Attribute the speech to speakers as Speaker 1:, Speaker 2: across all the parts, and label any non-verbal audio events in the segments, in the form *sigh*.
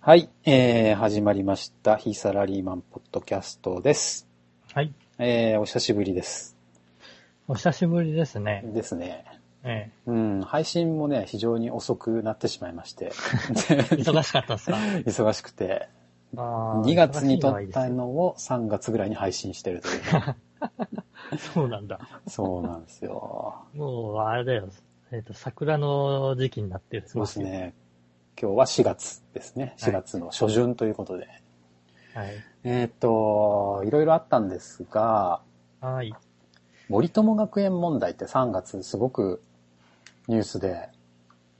Speaker 1: はい、えー、始まりました。非サラリーマンポッドキャストです。
Speaker 2: はい。
Speaker 1: えー、お久しぶりです。
Speaker 2: お久しぶりですね。
Speaker 1: ですね。
Speaker 2: え
Speaker 1: うん、配信もね、非常に遅くなってしまいまして、 *laughs*
Speaker 2: え。 *laughs* 忙しかったですか
Speaker 1: 忙しくて、
Speaker 2: あー
Speaker 1: 2月に撮
Speaker 2: 忙しいのは
Speaker 1: っ
Speaker 2: いいです
Speaker 1: た
Speaker 2: ね
Speaker 1: のを3月ぐらいに配信してると
Speaker 2: *laughs*
Speaker 1: いうね、
Speaker 2: そうなんだ。
Speaker 1: そうなんですよ。
Speaker 2: もう、あれだよ。えっ、と、桜の時期になってる。
Speaker 1: そうです。ね。今日は4月ですね。
Speaker 2: はい
Speaker 1: 4月の初旬ということで。
Speaker 2: はい。
Speaker 1: えーっと、いろいろあったんですが、
Speaker 2: はい。
Speaker 1: 森友学園問題って3月すごくニュースで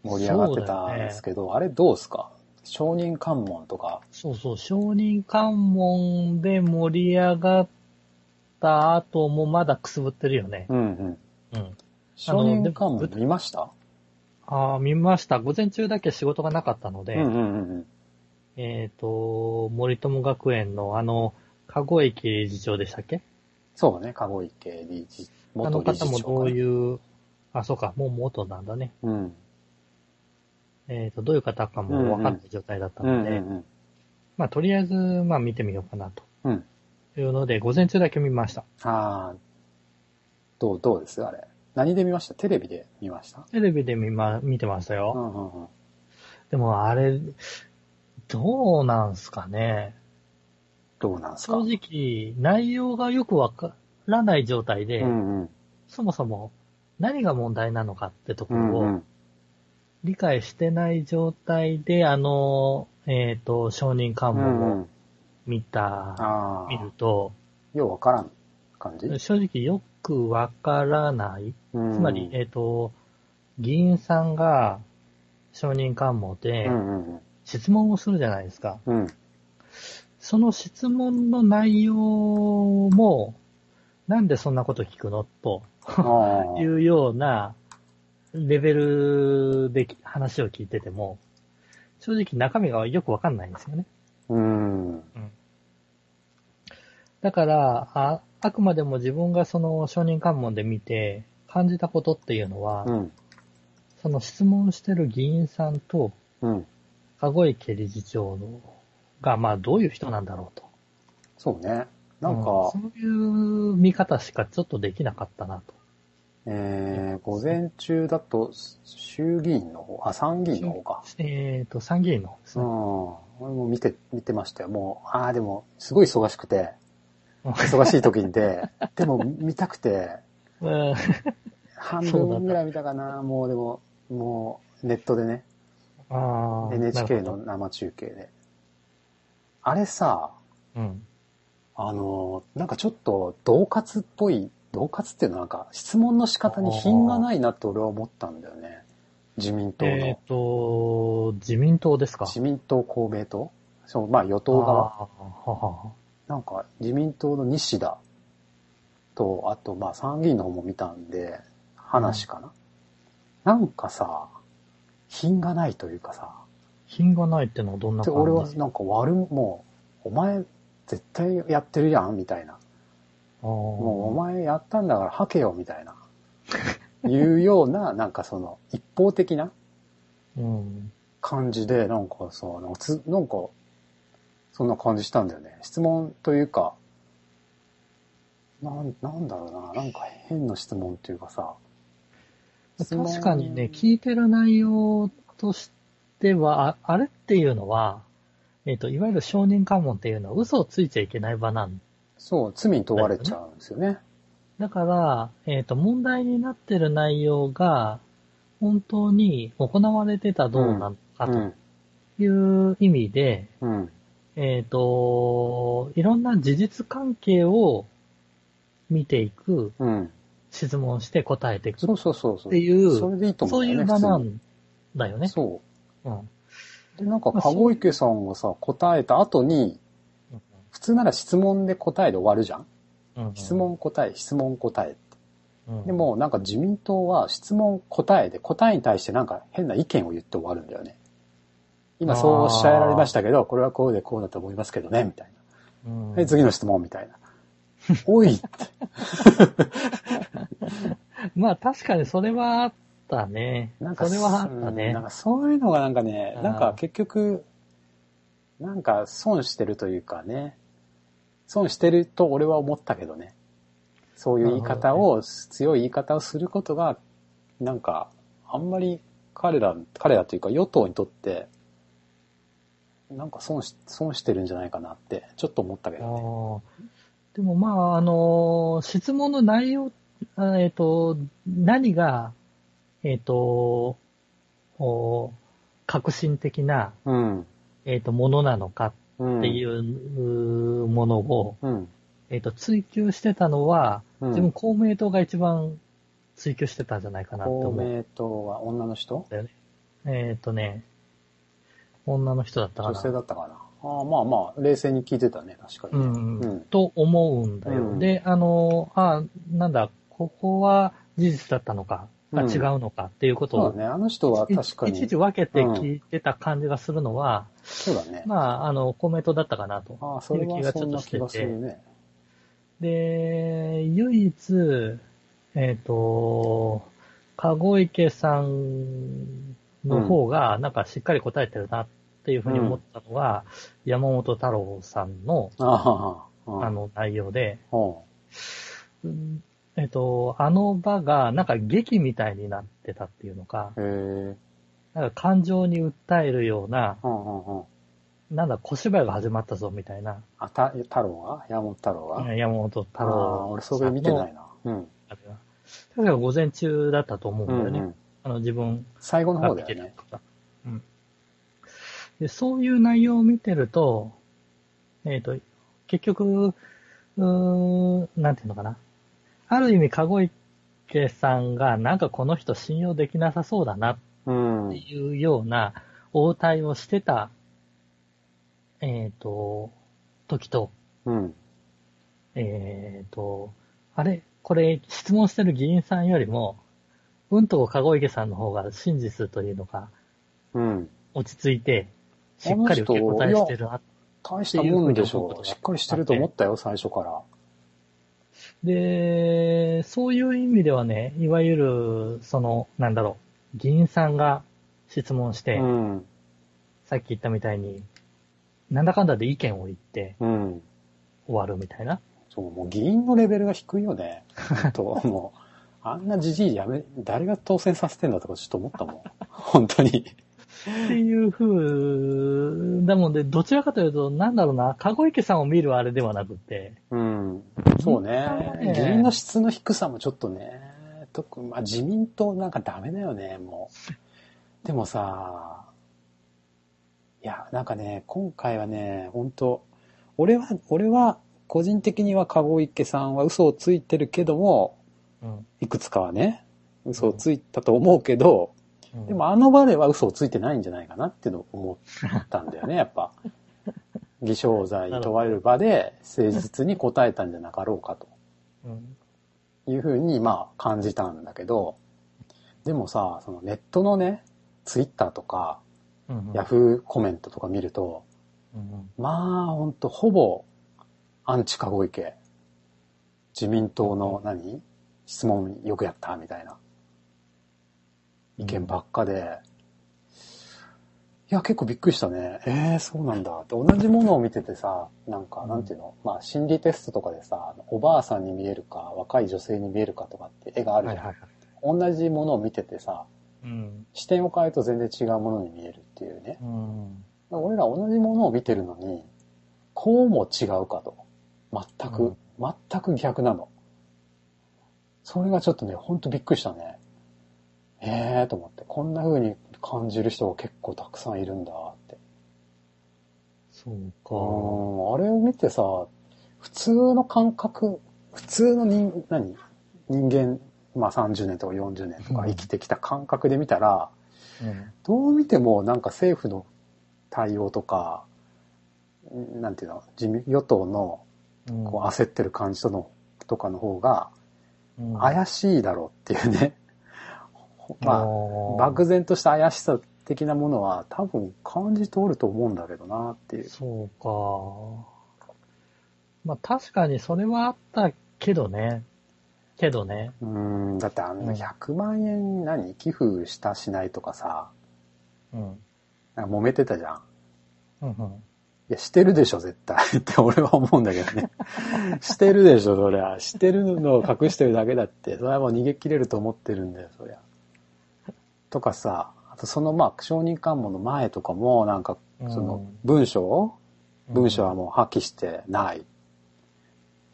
Speaker 1: 盛り上がってたんですけど、あれどうですか承認喚問とか。
Speaker 2: そうそう、承認喚問で盛り上がった後もまだくすぶってるよね。
Speaker 1: うんうん。
Speaker 2: うん。
Speaker 1: 承認
Speaker 2: でも
Speaker 1: 喚問見ました
Speaker 2: ああ、見ました。午前中だけ仕事がなかったの
Speaker 1: う
Speaker 2: で、
Speaker 1: んうんうん
Speaker 2: えっ、と、森友学園のあの、籠池理事長でしたっけ
Speaker 1: そうね、籠池理事、
Speaker 2: あの
Speaker 1: 元理事
Speaker 2: 方も
Speaker 1: 長かな
Speaker 2: どういう、あ、そうか、もう元なんだね。
Speaker 1: うん。
Speaker 2: えっ、と、どういう方かも分かって状態だった
Speaker 1: う
Speaker 2: の
Speaker 1: ん
Speaker 2: で、
Speaker 1: うん
Speaker 2: まあ、とりあえず、まあ、見てみようかなと。
Speaker 1: うん。うん。
Speaker 2: いうので、午前中だけ見ました。
Speaker 1: ああ、どう、どうですあれ。何で見ましたテレビで見ました
Speaker 2: テレビで見ま、見てました
Speaker 1: う
Speaker 2: よ。
Speaker 1: んうんうん。
Speaker 2: でも、あれ、どうなんすかね。
Speaker 1: どうなんですか
Speaker 2: 正直、内容がよくわからない状態で、
Speaker 1: うんうん。
Speaker 2: そもそも何が問題なのかってとこ
Speaker 1: う
Speaker 2: ろ
Speaker 1: んう
Speaker 2: を
Speaker 1: ん。
Speaker 2: 理解してない状態で、あの、えっ、と、承認喚問を
Speaker 1: ん。
Speaker 2: 見た、
Speaker 1: あ
Speaker 2: 見る
Speaker 1: あ、
Speaker 2: と、
Speaker 1: ようわからん感じ
Speaker 2: 正直よくわからない。つ
Speaker 1: つ
Speaker 2: まり、えっ、と、議員さんが承認官問で
Speaker 1: うんうん
Speaker 2: 質問をするじゃないですか。 *laughs*
Speaker 1: うん。うん。
Speaker 2: その質問の内容も、なんでそんなこと聞くのと
Speaker 1: ああ
Speaker 2: いうようなレベルで話を聞いてても、正直中身がよくわかんないんですよね。
Speaker 1: うん。
Speaker 2: だから、ああくまでも自分がその承認官問で見て感じたことっていうのは、
Speaker 1: うん。
Speaker 2: その質問してる議員さんと、
Speaker 1: うん。
Speaker 2: 籠池理事長のが、まあ、どういう人なんだろうと。
Speaker 1: そうね。なん
Speaker 2: う
Speaker 1: か、
Speaker 2: んそういう見方しかちょっとできなかったなと。
Speaker 1: えー、午前中だと、衆議院の方、あ、参議院の方か。
Speaker 2: えっ、と、参議院の方です
Speaker 1: うん。
Speaker 2: ね。
Speaker 1: 俺も見て、見てましたよ。もう、ああ、でも、すごい忙しくて、
Speaker 2: うん
Speaker 1: 忙しい時にで、
Speaker 2: *laughs*
Speaker 1: でも見たくて、
Speaker 2: うん
Speaker 1: 半
Speaker 2: そうなん
Speaker 1: 分
Speaker 2: だ
Speaker 1: ぐらい見たかな。もうでも、もう、ネットでね、
Speaker 2: あー
Speaker 1: NHK。
Speaker 2: なる
Speaker 1: の
Speaker 2: ほど
Speaker 1: 生中継で。あれさ、
Speaker 2: うん。
Speaker 1: あの、なんかちょっと、同活っぽい、同活っていうのはなんか、質問の仕方に品がないなって俺は思ったんだよね。自民党
Speaker 2: えっ
Speaker 1: の。、
Speaker 2: と、自民党ですか。
Speaker 1: 自民党、公明党そう、まあ与党側。
Speaker 2: あーははは
Speaker 1: なんか、自民党の西田と、あと、まあ参議院の方も見たんで、話かな。なんかさ、品がないというかさ、
Speaker 2: 品がないってのはどんな
Speaker 1: で
Speaker 2: 感
Speaker 1: 俺は
Speaker 2: じですか
Speaker 1: なんか悪も、もう、お前、絶対やってるやんみたいな。もうお
Speaker 2: も
Speaker 1: 前やったんだから吐けよみたいな、いうような、 *laughs* なんかその一方的な
Speaker 2: う、うん。
Speaker 1: 感じで、なんかさ、なんかつ、なんか、そんな感じしたんだよね。質問というか、なん、なんだろうな、なんか変な質問というかさ、質問
Speaker 2: 確かにね、聞いてる内容としては、ああれっていうのは、えっ、と、いわゆる承認喚問っていうのは嘘をついちゃいけない場なん
Speaker 1: そう、罪に問われちゃうんですよね。
Speaker 2: だから、えっ、と、問題になってる内容が、本当に行われてたどうなのか
Speaker 1: うん、
Speaker 2: という意味で、
Speaker 1: うん、
Speaker 2: えっ、と、いろんな事実関係を見ていく、
Speaker 1: うん。
Speaker 2: 質問して答えていく
Speaker 1: そうそうそうそう。
Speaker 2: っていう
Speaker 1: それでいいと思
Speaker 2: そううん
Speaker 1: だよ
Speaker 2: い
Speaker 1: ね。
Speaker 2: う場な
Speaker 1: 普通に
Speaker 2: んだよね。
Speaker 1: そう。
Speaker 2: うん
Speaker 1: で、なんか、
Speaker 2: まあそう
Speaker 1: 籠池さんがさ、答えた後に、普通なら質問で答えで終わるじゃん
Speaker 2: うん
Speaker 1: 質問答え、質問答えって。
Speaker 2: うん
Speaker 1: でも、なんか自民党は質問答えで、答えに対してなんか変な意見を言って終わるんだよね。今そうおっしゃられましたけど、これはこうでこうだと思いますけどね、みたい
Speaker 2: うん
Speaker 1: な。で、次の質問みたいな。おい、
Speaker 2: まあ確かにそれはあったね。
Speaker 1: なんか、
Speaker 2: それはあった
Speaker 1: うん
Speaker 2: ね
Speaker 1: なん。かそういうのがなんかね
Speaker 2: あ、ー
Speaker 1: なんか結局、なんか損してるというかね、損してると俺は思ったけどね。そういう言い方
Speaker 2: なる
Speaker 1: を、強い言い方をすることが、なんか、あんまり彼ら、彼らというか与党にとって、なんか損し、損してるんじゃないかなって、ちょっと思ったけ
Speaker 2: あ
Speaker 1: どね。
Speaker 2: ーでもまあ、あのー質問の内容、あえっ、と、何が、えっ、と、お革新的な、
Speaker 1: うん。
Speaker 2: えっ、と、ものなのか
Speaker 1: うん。
Speaker 2: っていううものを、
Speaker 1: うん。
Speaker 2: えっ、と、追求してたのは、
Speaker 1: うん。
Speaker 2: 自分公明党が一番追求してたんじゃないかなって
Speaker 1: 公
Speaker 2: 思う。
Speaker 1: 明党は女の人
Speaker 2: えっ、とね、女の人だったか
Speaker 1: 女
Speaker 2: な。
Speaker 1: 性だったかな。ああ、まあまあ、冷静に聞いてたね、確か
Speaker 2: う
Speaker 1: に。
Speaker 2: ん、
Speaker 1: うん
Speaker 2: と思うんだよ。
Speaker 1: うん
Speaker 2: で、あの、あなんだ、ここは事実だったのか、が
Speaker 1: うん
Speaker 2: 違うのかっていうこと
Speaker 1: そ
Speaker 2: を、
Speaker 1: うだね、あの人はい確か
Speaker 2: いちい
Speaker 1: に
Speaker 2: ち。分けて聞いてた感じがするのは、
Speaker 1: そうだね。
Speaker 2: まあ、あの、公明党だったかなと。
Speaker 1: ああ、それはそんな気がするね。
Speaker 2: で、唯一、えっ、と、籠池さんの方が、なんかしっかり答えてるなっていうふうに思ったのは、山本太郎さんの、
Speaker 1: ああ、うん
Speaker 2: あの内容で、
Speaker 1: うん
Speaker 2: うんえっと、あの場が、なんか劇みたいになってたっていうのか、
Speaker 1: へえ。
Speaker 2: なんか感情に訴えるような、
Speaker 1: うんうんうん。
Speaker 2: なんだ、小芝居が始まったぞみたいな、
Speaker 1: あた、太郎は山本太郎は、
Speaker 2: 山本太郎
Speaker 1: ああ、俺それ見てないな。うん。
Speaker 2: あれは確か午前中だったと思うん
Speaker 1: う
Speaker 2: だ
Speaker 1: ん
Speaker 2: よね。
Speaker 1: うん
Speaker 2: あの、自分
Speaker 1: 最後の
Speaker 2: が
Speaker 1: 方
Speaker 2: 見
Speaker 1: だ
Speaker 2: て
Speaker 1: よ
Speaker 2: た
Speaker 1: ね。
Speaker 2: とか。うんで、そういう内容を見てると、えっ、と、結局、うーん、なんていうのかな。ある意味、籠池さんが、なんかこの人信用できなさそうだな
Speaker 1: うん。う
Speaker 2: って
Speaker 1: ん
Speaker 2: いうような応対をしてた、えっ、と、時と、。
Speaker 1: うん
Speaker 2: えっ、と、あれこれ、質問してる議員さんよりも、うんと籠池さんの方が真実というのか、
Speaker 1: うん。
Speaker 2: 落ち着いて、しっかり受け答えしてるな。
Speaker 1: 大したもんでし
Speaker 2: っていうふうに思
Speaker 1: ょ
Speaker 2: うこと
Speaker 1: う。
Speaker 2: が
Speaker 1: しっかりしてると思ったよ、最初から。
Speaker 2: で、そういう意味ではね、いわゆる、その、なんだろう、議員さんが質問して、
Speaker 1: うん。
Speaker 2: さっき言ったみたいに、なんだかんだで意見を言って
Speaker 1: うん。
Speaker 2: 終わるみたいな。
Speaker 1: そう、もう議員のレベルが低いよね。ほんと、もう、あんなじじいやめ、誰が当選させてんだとかちょっと思ったもん。 *laughs* 本当に。
Speaker 2: っていう風なので、どちらかというと、なんだろうな、籠池さんを見るあれではなくて、
Speaker 1: うん。そうね。議員の質の低さもちょっとね、特に、まあ自民党なんかダメだよね、もう。でもさ、いや、なんかね、今回はね、本当俺は、俺は、個人的には籠池さんは嘘をついてるけども、
Speaker 2: うん
Speaker 1: いくつかはね、嘘をついたと思うけど、で、もあの場では嘘をついてないんじゃないかなっていうのを思ったんだよ
Speaker 2: *laughs*
Speaker 1: ね、やっぱ。偽証罪に問われる場で誠実に答えたんじゃなかろうか
Speaker 2: うん
Speaker 1: というふうに、まあ感じたんだけど、でもさ、そのネットのね、ツイッターとか、
Speaker 2: うん
Speaker 1: ヤフーコメントとか見ると、
Speaker 2: うん
Speaker 1: まあほんとほぼアンチ籠池。自民党の何質問よくやったみたいな。意見ばっかで、いや、結構びっくりしたね。えー、そうなんだって。同じものを見ててさ、なんか、
Speaker 2: うん
Speaker 1: なんていうの、まあ、心理テストとかでさ、おばあさんに見えるか、若い女性に見えるかとかって絵がある
Speaker 2: は
Speaker 1: じ
Speaker 2: い
Speaker 1: ゃん。
Speaker 2: はいはい。
Speaker 1: 同じものを見ててさ、
Speaker 2: うん。
Speaker 1: 視点を変えると全然違うものに見えるっていうね。
Speaker 2: うん。
Speaker 1: 俺ら同じものを見てるのに、こうも違うかと。全く、全く逆なの。それがちょっとね、ほんとびっくりしたね。ええー、と思って、こんな風に感じる人が結構たくさんいるんだって。
Speaker 2: そう
Speaker 1: う
Speaker 2: か。
Speaker 1: ん、あれを見てさ、普通の感覚、普通の人、何人間、まあ30年とか40年とか生きてきた感覚で見たら、
Speaker 2: うん。
Speaker 1: どう見てもなんか政府の対応とか、んなんていうの、自民与党の
Speaker 2: うん
Speaker 1: こう焦ってる感じとの、とかの方が
Speaker 2: うん
Speaker 1: 怪しいだろうっていうね。まあ、
Speaker 2: あ
Speaker 1: 漠然とした怪しさ的なものは多分感じ通ると思うんだけどなっていう。
Speaker 2: そうか。まあ確かにそれはあったけどね。けどね。
Speaker 1: うん、だってあんな
Speaker 2: うん
Speaker 1: 100万円何寄付したしないとかさ、
Speaker 2: うん。
Speaker 1: なんか揉めてたじゃん。
Speaker 2: うんうん。
Speaker 1: いや、してるでしょ、絶対。 *laughs* って俺は思うんだけど *laughs* ね。してるでしょ、そりゃ。してるのを隠してるだけだって。それはもう逃げ切れると思ってるんだよ、そりゃ。とかさ、あとそのまあ、承認喚問の前とかも、なんか、その文章を、文章はもう破棄してない。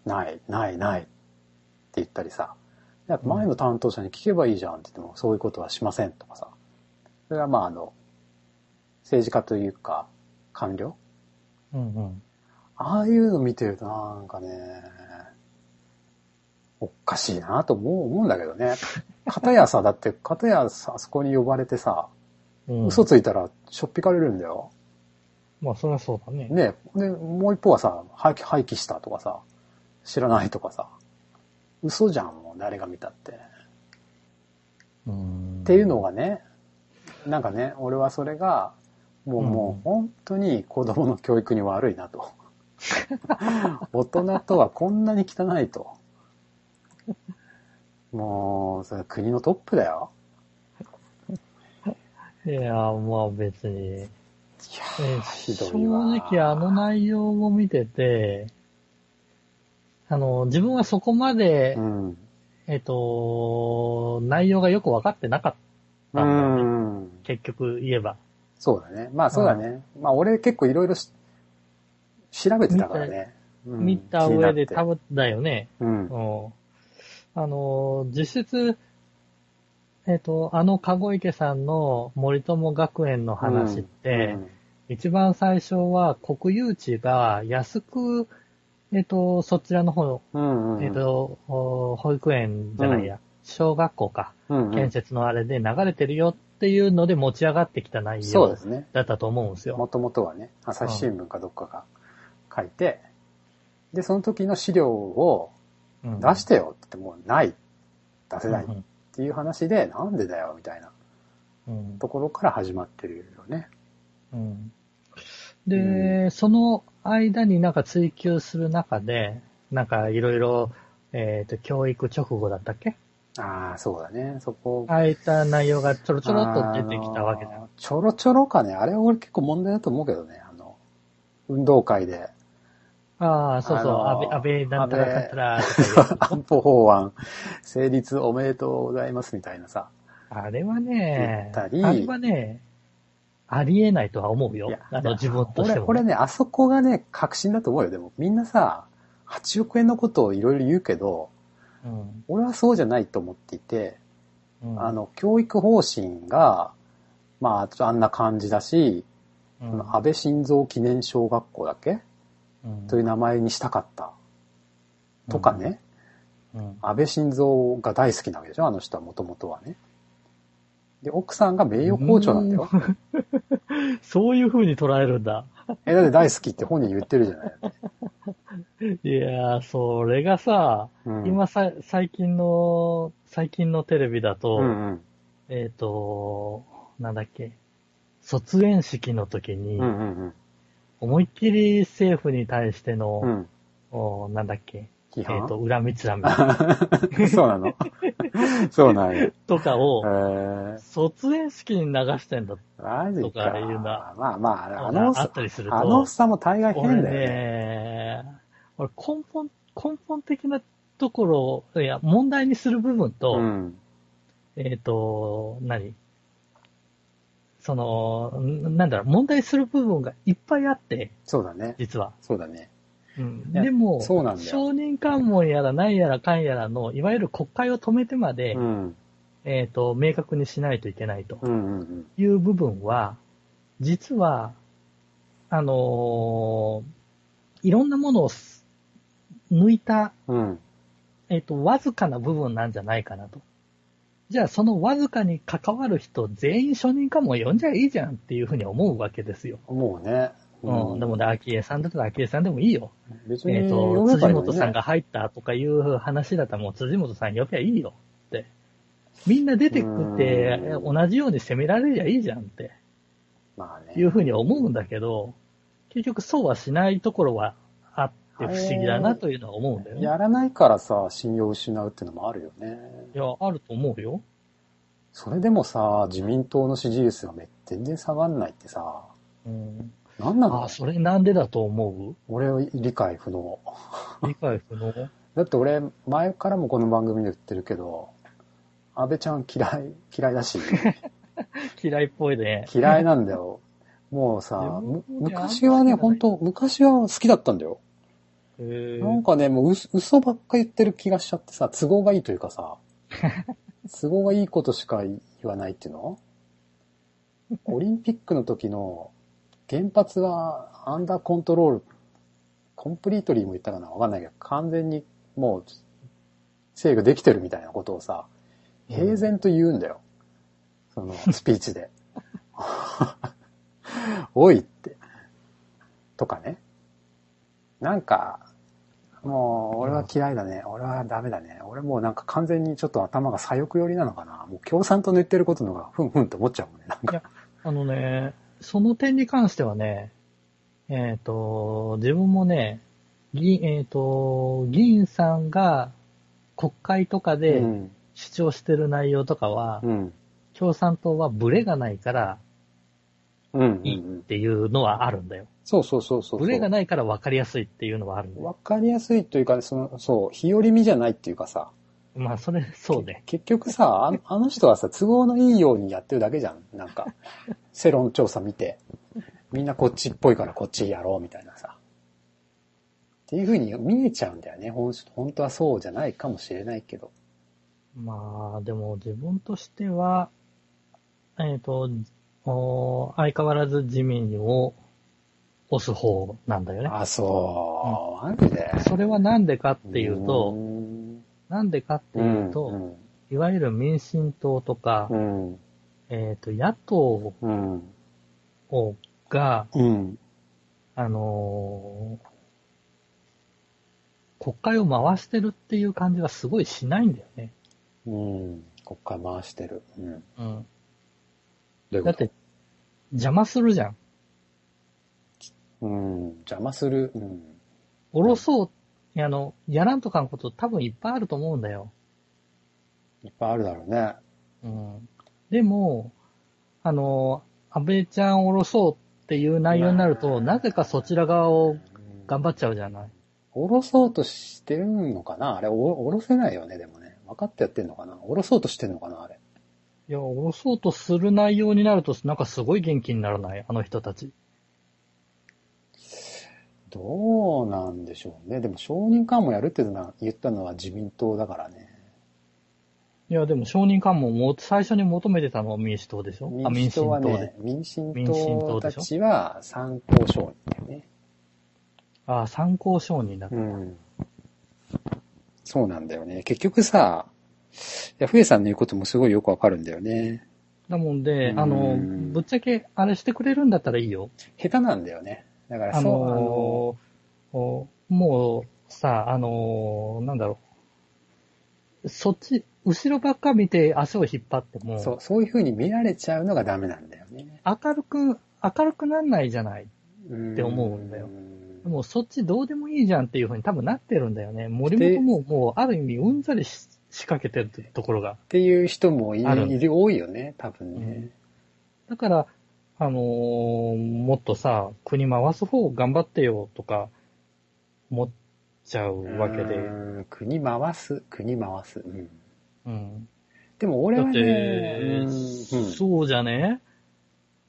Speaker 1: ない、ない、ないって言ったりさ。なんか前の担当者に聞けばいいじゃんって言っても、そういうことはしませんとかさ。それはまああの、政治家というか、官僚
Speaker 2: うんうん。
Speaker 1: ああいうの見てるとなんかね、おかしいなと思う思うんだけど
Speaker 2: *laughs*
Speaker 1: ね。片やさ、だって、片やさ、あそこに呼ばれてさ、
Speaker 2: うん、
Speaker 1: 嘘ついたらしょっぴかれるんだよ。
Speaker 2: まあ、そりゃそうだね。
Speaker 1: ねで、もう一方はさ、廃棄廃棄したとかさ、知らないとかさ、嘘じゃん、もう誰が見たって。
Speaker 2: うん。
Speaker 1: っていうのがね、なんかね、俺はそれが、もう、
Speaker 2: うん
Speaker 1: もう本当に子供の教育に悪いな
Speaker 2: *laughs*
Speaker 1: と。大人とはこんなに汚いと。もう、それは国のトップだよ。
Speaker 2: いや、まあ別に。
Speaker 1: いや
Speaker 2: え
Speaker 1: ーひどいわ。
Speaker 2: 正直あの内容を見てて、あの、自分はそこまで、
Speaker 1: うん。
Speaker 2: えっと、内容がよく分かってなかっ
Speaker 1: う
Speaker 2: たんだよね
Speaker 1: ん。
Speaker 2: 結局言えば。
Speaker 1: そうだね。まあそうだね。まあ俺結構いろいろし調べてたからね。うん
Speaker 2: 見た上で
Speaker 1: 気にな
Speaker 2: 多
Speaker 1: って
Speaker 2: 分だよね。
Speaker 1: うん。
Speaker 2: うん。あの、実質、えっと、あの籠池さんの森友学園の話って、
Speaker 1: うん
Speaker 2: 一番最初は国有地が安く、えっと、そちらの方、
Speaker 1: うんうん。
Speaker 2: えっと、お保育園じゃないや、小学校か、
Speaker 1: うんうん
Speaker 2: 建設のあれで流れてるよっていうので持ち上がってきた内
Speaker 1: そう
Speaker 2: 容
Speaker 1: ですね。
Speaker 2: だったと思うんですよ。
Speaker 1: もともとはね、朝日新聞かどっかが書いて、で、その時の資料を
Speaker 2: うん
Speaker 1: 出してよって言ってもうない、出せないっ
Speaker 2: うん
Speaker 1: ていう話で、なんでだよみたいな
Speaker 2: うん
Speaker 1: ところから始まってるよね。
Speaker 2: うんで、その間になんか追求する中で、なんかいろいろ、えっ、と、教育直後だったっけ
Speaker 1: ああ、そうだね。そこ。
Speaker 2: ああいった内容がちょろちょろっと出てきたわけ
Speaker 1: あ
Speaker 2: だ。
Speaker 1: のちょろちょろかね。あれは俺結構問題だと思うけどね。あの、運動会で *laughs*
Speaker 2: ああ、そうそう、
Speaker 1: あ
Speaker 2: 安
Speaker 1: のー
Speaker 2: 倍、安倍なんたらかんたらとかいう
Speaker 1: 安保法案成立おめでとうございますみたいなさ。
Speaker 2: あれはね、
Speaker 1: 言
Speaker 2: あ
Speaker 1: ったり
Speaker 2: れはね、ありえないとは思うよ
Speaker 1: いや。
Speaker 2: あの、自分として
Speaker 1: 俺、
Speaker 2: も
Speaker 1: 俺
Speaker 2: ね。
Speaker 1: ね、あそこがね、確信だと思うよ。でも、みんなさ、8億円のことをいろいろ言うけど、
Speaker 2: うん
Speaker 1: 俺はそうじゃないと思っていて、
Speaker 2: うん
Speaker 1: あの、教育方針が、まあ、ちょっとあんな感じだし、
Speaker 2: う
Speaker 1: そ
Speaker 2: ん
Speaker 1: の安倍晋三記念小学校だっけ
Speaker 2: うん
Speaker 1: という名前にしたかった。とかね、
Speaker 2: うん
Speaker 1: 安倍晋三が大好きなわけでしょあの人はもともとはね。で、奥さんが名誉校長なんだよ。
Speaker 2: そういう風に捉えるんだ。
Speaker 1: え、だって大好きって本人言ってるじゃない。
Speaker 2: いやー、それがさ、
Speaker 1: うん、
Speaker 2: *laughs* 今さ、最近の、最近のテレビだと、
Speaker 1: うんうん、
Speaker 2: えっ、と、なんだっけ、卒園式の時に、
Speaker 1: うんうん
Speaker 2: 思いっきり政府に対しての、
Speaker 1: うん。うん。
Speaker 2: おなんだっけ、
Speaker 1: 批
Speaker 2: えっ、
Speaker 1: 判、
Speaker 2: と、恨みつらみ
Speaker 1: *laughs* そうなのそうなんや。え
Speaker 2: とかを、
Speaker 1: ー、
Speaker 2: 卒園式に流してんだ
Speaker 1: マジ
Speaker 2: と
Speaker 1: か。
Speaker 2: かいうのは
Speaker 1: まあまあ、あのおっ
Speaker 2: あ
Speaker 1: さん
Speaker 2: っ、たりすると、
Speaker 1: あのおっさんも大概
Speaker 2: 俺
Speaker 1: 変だよね。
Speaker 2: ね、俺根本、根本的なところ、いや、問題にする部分と、
Speaker 1: うん。
Speaker 2: えっ、と、何その、んなんだろう、問題する部分がいっぱいあって、
Speaker 1: そうだね。
Speaker 2: 実は。
Speaker 1: そうだね。
Speaker 2: うん、
Speaker 1: いや
Speaker 2: でも、
Speaker 1: そうなんだよ
Speaker 2: 承認喚問やら何やらかんやらの、いわゆる国会を止めてまで、
Speaker 1: うん。
Speaker 2: えっ、と、明確にしないといけないと
Speaker 1: うんうんうん。
Speaker 2: いう部分は、実は、あのーいろんなものをす抜いた
Speaker 1: うん。
Speaker 2: えっ、と、わずかな部分なんじゃないかなと。じゃあ、そのわずかに関わる人全員承認かも呼んじゃいいじゃんっていうふうに思うわけですよ。
Speaker 1: もうね。
Speaker 2: うん。でも、だ、昭恵さんだったら昭恵さんでもいいよ。
Speaker 1: 別に、
Speaker 2: えっ、と、
Speaker 1: 読めばい
Speaker 2: 辻
Speaker 1: いのにね
Speaker 2: 元さんが入ったとかいう話だったらもう辻元さん呼びゃいいよって。みんな出てくって
Speaker 1: う
Speaker 2: 同じように責められりゃいいじゃんって
Speaker 1: まあね。
Speaker 2: いうふうに思うんだけど、結局そうはしないところはあって不思議だなというのは思うんだよね。
Speaker 1: やらないからさ、信用を失うっていうのもあるよね。
Speaker 2: いや、あると思うよ。
Speaker 1: それでもさ、自民党の支持率がめ全然下がんないってさ、
Speaker 2: うん
Speaker 1: なんな
Speaker 2: あ
Speaker 1: の
Speaker 2: ー、それなんでだと思
Speaker 1: 俺は理解不能。 *laughs*
Speaker 2: う理解不能
Speaker 1: だって俺、前からもこの番組で言ってるけど、安倍ちゃん嫌い、嫌いだ
Speaker 2: *laughs*
Speaker 1: し、
Speaker 2: 嫌いっぽいね。
Speaker 1: 嫌いなんだよ。もうさ、
Speaker 2: いや
Speaker 1: む
Speaker 2: いや
Speaker 1: 昔はね、
Speaker 2: あんま
Speaker 1: 本
Speaker 2: りじゃ
Speaker 1: 当昔は好きだったんだよ。
Speaker 2: へー
Speaker 1: なんかね、もう嘘嘘ばっか言ってる気がしちゃってさ、都合がいいというかさ、都合がいいことしか言わないっていうのオリンピックの時の原発はアンダーコントロール、コンプリートリーも言ったかなわかんないけど、完全にもう制御できてるみたいなことをさ、平然と言うんだよ。そのスピーチで。 *laughs* おいって。とかね。なんか、もう、俺は嫌いだね。俺はダメだね。俺もうなんか完全にちょっと頭が左翼寄りなのかな。もう共産党の言ってることの方がふんふんと思っちゃうもんね。なん
Speaker 2: い
Speaker 1: か
Speaker 2: や。あのね、その点に関してはね、えっ、と、自分もね、議えっ、と、議員さんが国会とか
Speaker 1: う
Speaker 2: で
Speaker 1: ん。
Speaker 2: 主張してる内容とかは、
Speaker 1: うん。
Speaker 2: 共産党はブレがないから
Speaker 1: うんうん。う
Speaker 2: いいっ
Speaker 1: ん。
Speaker 2: ていうのはあるんだよ。
Speaker 1: そうそうそうそうそう。
Speaker 2: ブレがないから分かりやすいっていうのはあるんだよ。
Speaker 1: わかりやすいというか、その、そう、日和見じゃないっていうかさ。
Speaker 2: まあ、それ、そうね。
Speaker 1: 結局さ、あのあの人はさ、都合のいいようにやってるだけじゃん。なんか、
Speaker 2: *laughs*
Speaker 1: 世論調査見て、みんなこっちっぽいからこっちやろうみたいなさ。っていう風に見えちゃうんだよね。本本当はそうじゃないかもしれないけど。
Speaker 2: まあ、でも自分としては、えっ、と、お相変わらず自民を押す方なんだよね。
Speaker 1: あ、そう。マジで。
Speaker 2: それはなんでかっていう
Speaker 1: う
Speaker 2: と、
Speaker 1: ん、
Speaker 2: なんでかっていうと、いわゆる民進党とか
Speaker 1: う、ん、うん、
Speaker 2: えっと、野党
Speaker 1: うん、
Speaker 2: をが、
Speaker 1: うん、
Speaker 2: あのー国会を回してるっていう感じがすごいしないんだよね。
Speaker 1: うん。国会回してる。うん。
Speaker 2: うん。
Speaker 1: どういう
Speaker 2: だ
Speaker 1: こ
Speaker 2: っ
Speaker 1: と
Speaker 2: て、邪魔するじゃん。
Speaker 1: うん。邪魔する。うん。
Speaker 2: おろそう、あの、やらんとかのこと多分いっぱいあると思うんだよ。
Speaker 1: いっぱいあるだろうね。
Speaker 2: うん。でも、あのー、安倍ちゃんおろそうっていう内容になると、なぜかそちら側を頑張っちゃうじゃない。
Speaker 1: 下ろそうとしてるのかなあれ、お下ろせないよね、でもね。分かってやってんのかな下ろそうとしてんのかなあれ。
Speaker 2: いや、下ろそうとする内容になると、なんかすごい元気にならない、あの人たち。
Speaker 1: どうなんでしょうね。でも、承認官もやるってのは言ったのは自民党だからね。
Speaker 2: いや、でも承認官もも最初に求めてたのは民主党でしょあ
Speaker 1: 民主党は
Speaker 2: 民進党で
Speaker 1: ね、民進
Speaker 2: 民進
Speaker 1: 党
Speaker 2: 党
Speaker 1: た
Speaker 2: でしょ
Speaker 1: ちは参考承認だよね。
Speaker 2: ああ、参考承認だ。
Speaker 1: うん。そうなんだよね。結局さ、いや、ふえさんの言うこともすごいよくわかるんだよね。
Speaker 2: だもんで、
Speaker 1: うん
Speaker 2: あの、ぶっちゃけあれしてくれるんだったらいいよ。
Speaker 1: 下手なんだよね。だから
Speaker 2: あ
Speaker 1: そう、
Speaker 2: のーおもうさ、あのーなんだろう。そっち、後ろばっか見て足を引っ張って
Speaker 1: あ
Speaker 2: も、
Speaker 1: の、そう、そういう風に見られちゃうのがダメなんだよね。
Speaker 2: 明るく、明るくなんないじゃない。
Speaker 1: っ
Speaker 2: って思うんだよ
Speaker 1: でも
Speaker 2: もうそっちどうでもいいじゃんっていう風に多分なってるんだよね。森本ももうある意味うんざりし仕掛けてるところが
Speaker 1: っ。ていう人もい
Speaker 2: ある
Speaker 1: いる、多いよね、多分ね。
Speaker 2: だから、あのーもっとさ、国回す方頑張ってよとか、思っちゃうわけで。
Speaker 1: うん国回す、国回す。うん
Speaker 2: うん。
Speaker 1: でも俺
Speaker 2: だ
Speaker 1: は
Speaker 2: って、
Speaker 1: ね、うんうん
Speaker 2: そうじゃね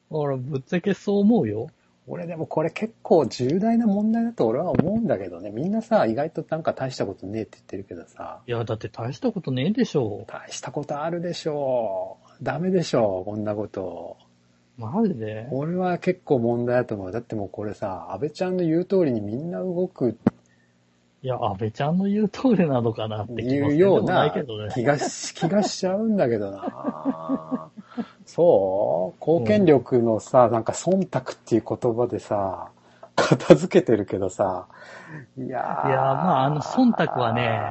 Speaker 2: 俺、ぶっちゃけそう思うよ。
Speaker 1: 俺でもこれ結構重大な問題だと俺は思うんだけどね、みんなさ、意外となんか大したことねえって言ってるけどさ、
Speaker 2: いや、だって大したことねえでしょ。
Speaker 1: 大したことあるでしょう。ダメでしょう、こんなこと。
Speaker 2: マジで。
Speaker 1: 俺は結構問題だと思う。だってもうこれさ、安倍ちゃんの言う通りにみんな動く
Speaker 2: いや、安倍ちゃんの言う通りなのかなって気も
Speaker 1: い
Speaker 2: す
Speaker 1: う
Speaker 2: るで
Speaker 1: よう
Speaker 2: もな
Speaker 1: ない
Speaker 2: けどね。
Speaker 1: 気がし、気がしちゃうんだけどなそう貢献力のさ、なんか忖度っていう言葉でさ、片付けてるけどさ、いやいや
Speaker 2: いやーまああの忖度はね、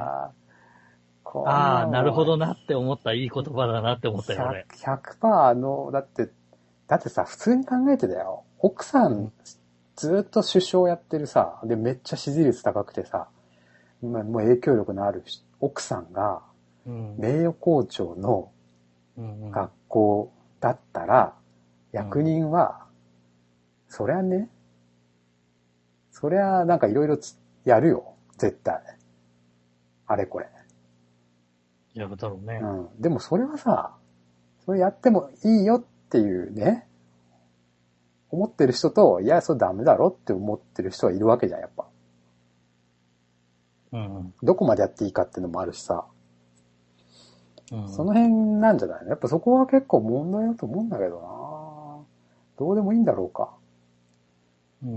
Speaker 2: ああ、なるほど
Speaker 1: ね、
Speaker 2: なって思った、いい言葉だなって思ったよ、俺。
Speaker 1: 100%, 100%あの、だって、だってさ、普通に考えてだよ。奥さん、ずっと首相やってるさ、で、めっちゃ支持率高くてさ、まあもう影響力のあるし奥さんが、
Speaker 2: うん
Speaker 1: 名誉校長の
Speaker 2: うんうん
Speaker 1: 学校だったら、
Speaker 2: うん
Speaker 1: 役人は、そりゃね、そりゃ、なんかいろいろやるよ。絶対。あれこれ。
Speaker 2: やるだろうね。
Speaker 1: うん。でもそれはさ、それやってもいいよっていうね、思ってる人と、いや、それダメだろって思ってる人はいるわけじゃん、やっぱ。
Speaker 2: うん。うん
Speaker 1: どこまでやっていいかっていうのもあるしさ。
Speaker 2: うん
Speaker 1: その辺なんじゃないのやっぱそこは結構問題だと思うんだけどなどうでもいいんだろうか。
Speaker 2: うー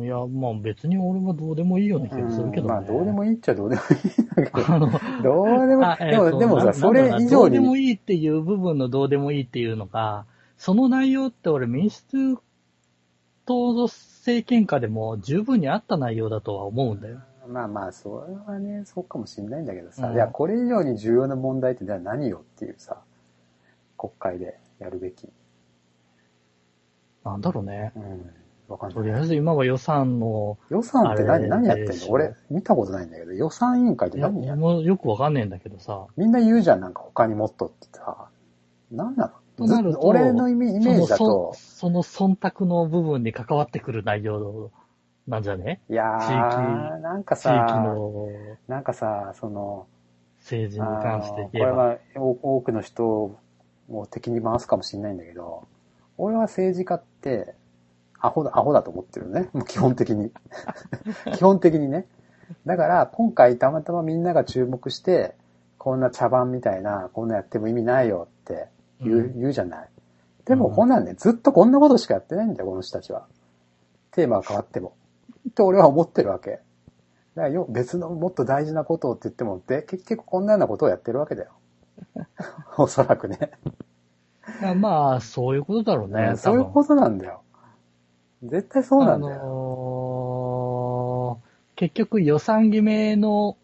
Speaker 2: ん。いや、まあ別に俺はどうでもいいような気がするけ
Speaker 1: う
Speaker 2: どね。
Speaker 1: んまあ、どうで
Speaker 2: いい。
Speaker 1: もいいっちゃどうでもいいんだけど。
Speaker 2: あの、 *laughs*
Speaker 1: どうでも
Speaker 2: あ、え
Speaker 1: で
Speaker 2: ー
Speaker 1: も、
Speaker 2: と
Speaker 1: でも
Speaker 2: な
Speaker 1: さ、それ
Speaker 2: なんだろうな
Speaker 1: 以
Speaker 2: ど
Speaker 1: 上
Speaker 2: うでも
Speaker 1: に、
Speaker 2: いいっていう部分のどうでもいいっていうのが、その内容って俺民主党の政権下でも十分にあった内容だとは思うんだよ。
Speaker 1: まあまあ、それはね、そうかもしんないんだけどさ、
Speaker 2: うん
Speaker 1: いや、これ以上に重要な問題ってじゃあ何よっていうさ、国会でやるべき。
Speaker 2: なんだろうね。
Speaker 1: うん。わか
Speaker 2: と
Speaker 1: ん
Speaker 2: り
Speaker 1: な
Speaker 2: あ
Speaker 1: い。
Speaker 2: えず今は予算の、
Speaker 1: 予算って
Speaker 2: あ
Speaker 1: 何、
Speaker 2: れ
Speaker 1: 何やってん
Speaker 2: で
Speaker 1: の
Speaker 2: しょ
Speaker 1: 俺、見たことないんだけど、予算委員会って
Speaker 2: いや、
Speaker 1: 何や
Speaker 2: 俺
Speaker 1: る
Speaker 2: もよくわかんねえんだけどさ、
Speaker 1: みんな言うじゃん、なんか他にもっとってさ、何なの
Speaker 2: となると
Speaker 1: ず俺のイメイ
Speaker 2: そ
Speaker 1: メー
Speaker 2: の
Speaker 1: ジだ
Speaker 2: そ
Speaker 1: と、
Speaker 2: その忖度の部分に関わってくる内容なんじゃね
Speaker 1: いやー、なんか
Speaker 2: 地域
Speaker 1: さ、
Speaker 2: の
Speaker 1: なんかさ、その、
Speaker 2: 政治に関して言え
Speaker 1: あの
Speaker 2: ば。
Speaker 1: これはお多くの人を敵に回すかもしれないんだけど、俺は政治家って、アホだ、アホだと思ってるね。もう基本的に。 *laughs* 基本的にね。だから、今回たまたまみんなが注目して、こんな茶番みたいな、こんなやっても意味ないよって言う,、
Speaker 2: うん
Speaker 1: 言うじゃない。でも、
Speaker 2: うん
Speaker 1: こんなんね、ずっとこんなことしかやってないんだよ、この人たちは。テーマが変わっても。と俺は思ってるわけ。だからよ、別のもっと大事なことをって言っても、で、結局こんなようなことをやってるわけ
Speaker 2: *laughs*
Speaker 1: だよ。おそらくね。
Speaker 2: いやまあ、そういうことだろうね。
Speaker 1: そういうことなんだよ。絶対そう
Speaker 2: 多分
Speaker 1: なんだよ。
Speaker 2: あのー結局予算決めの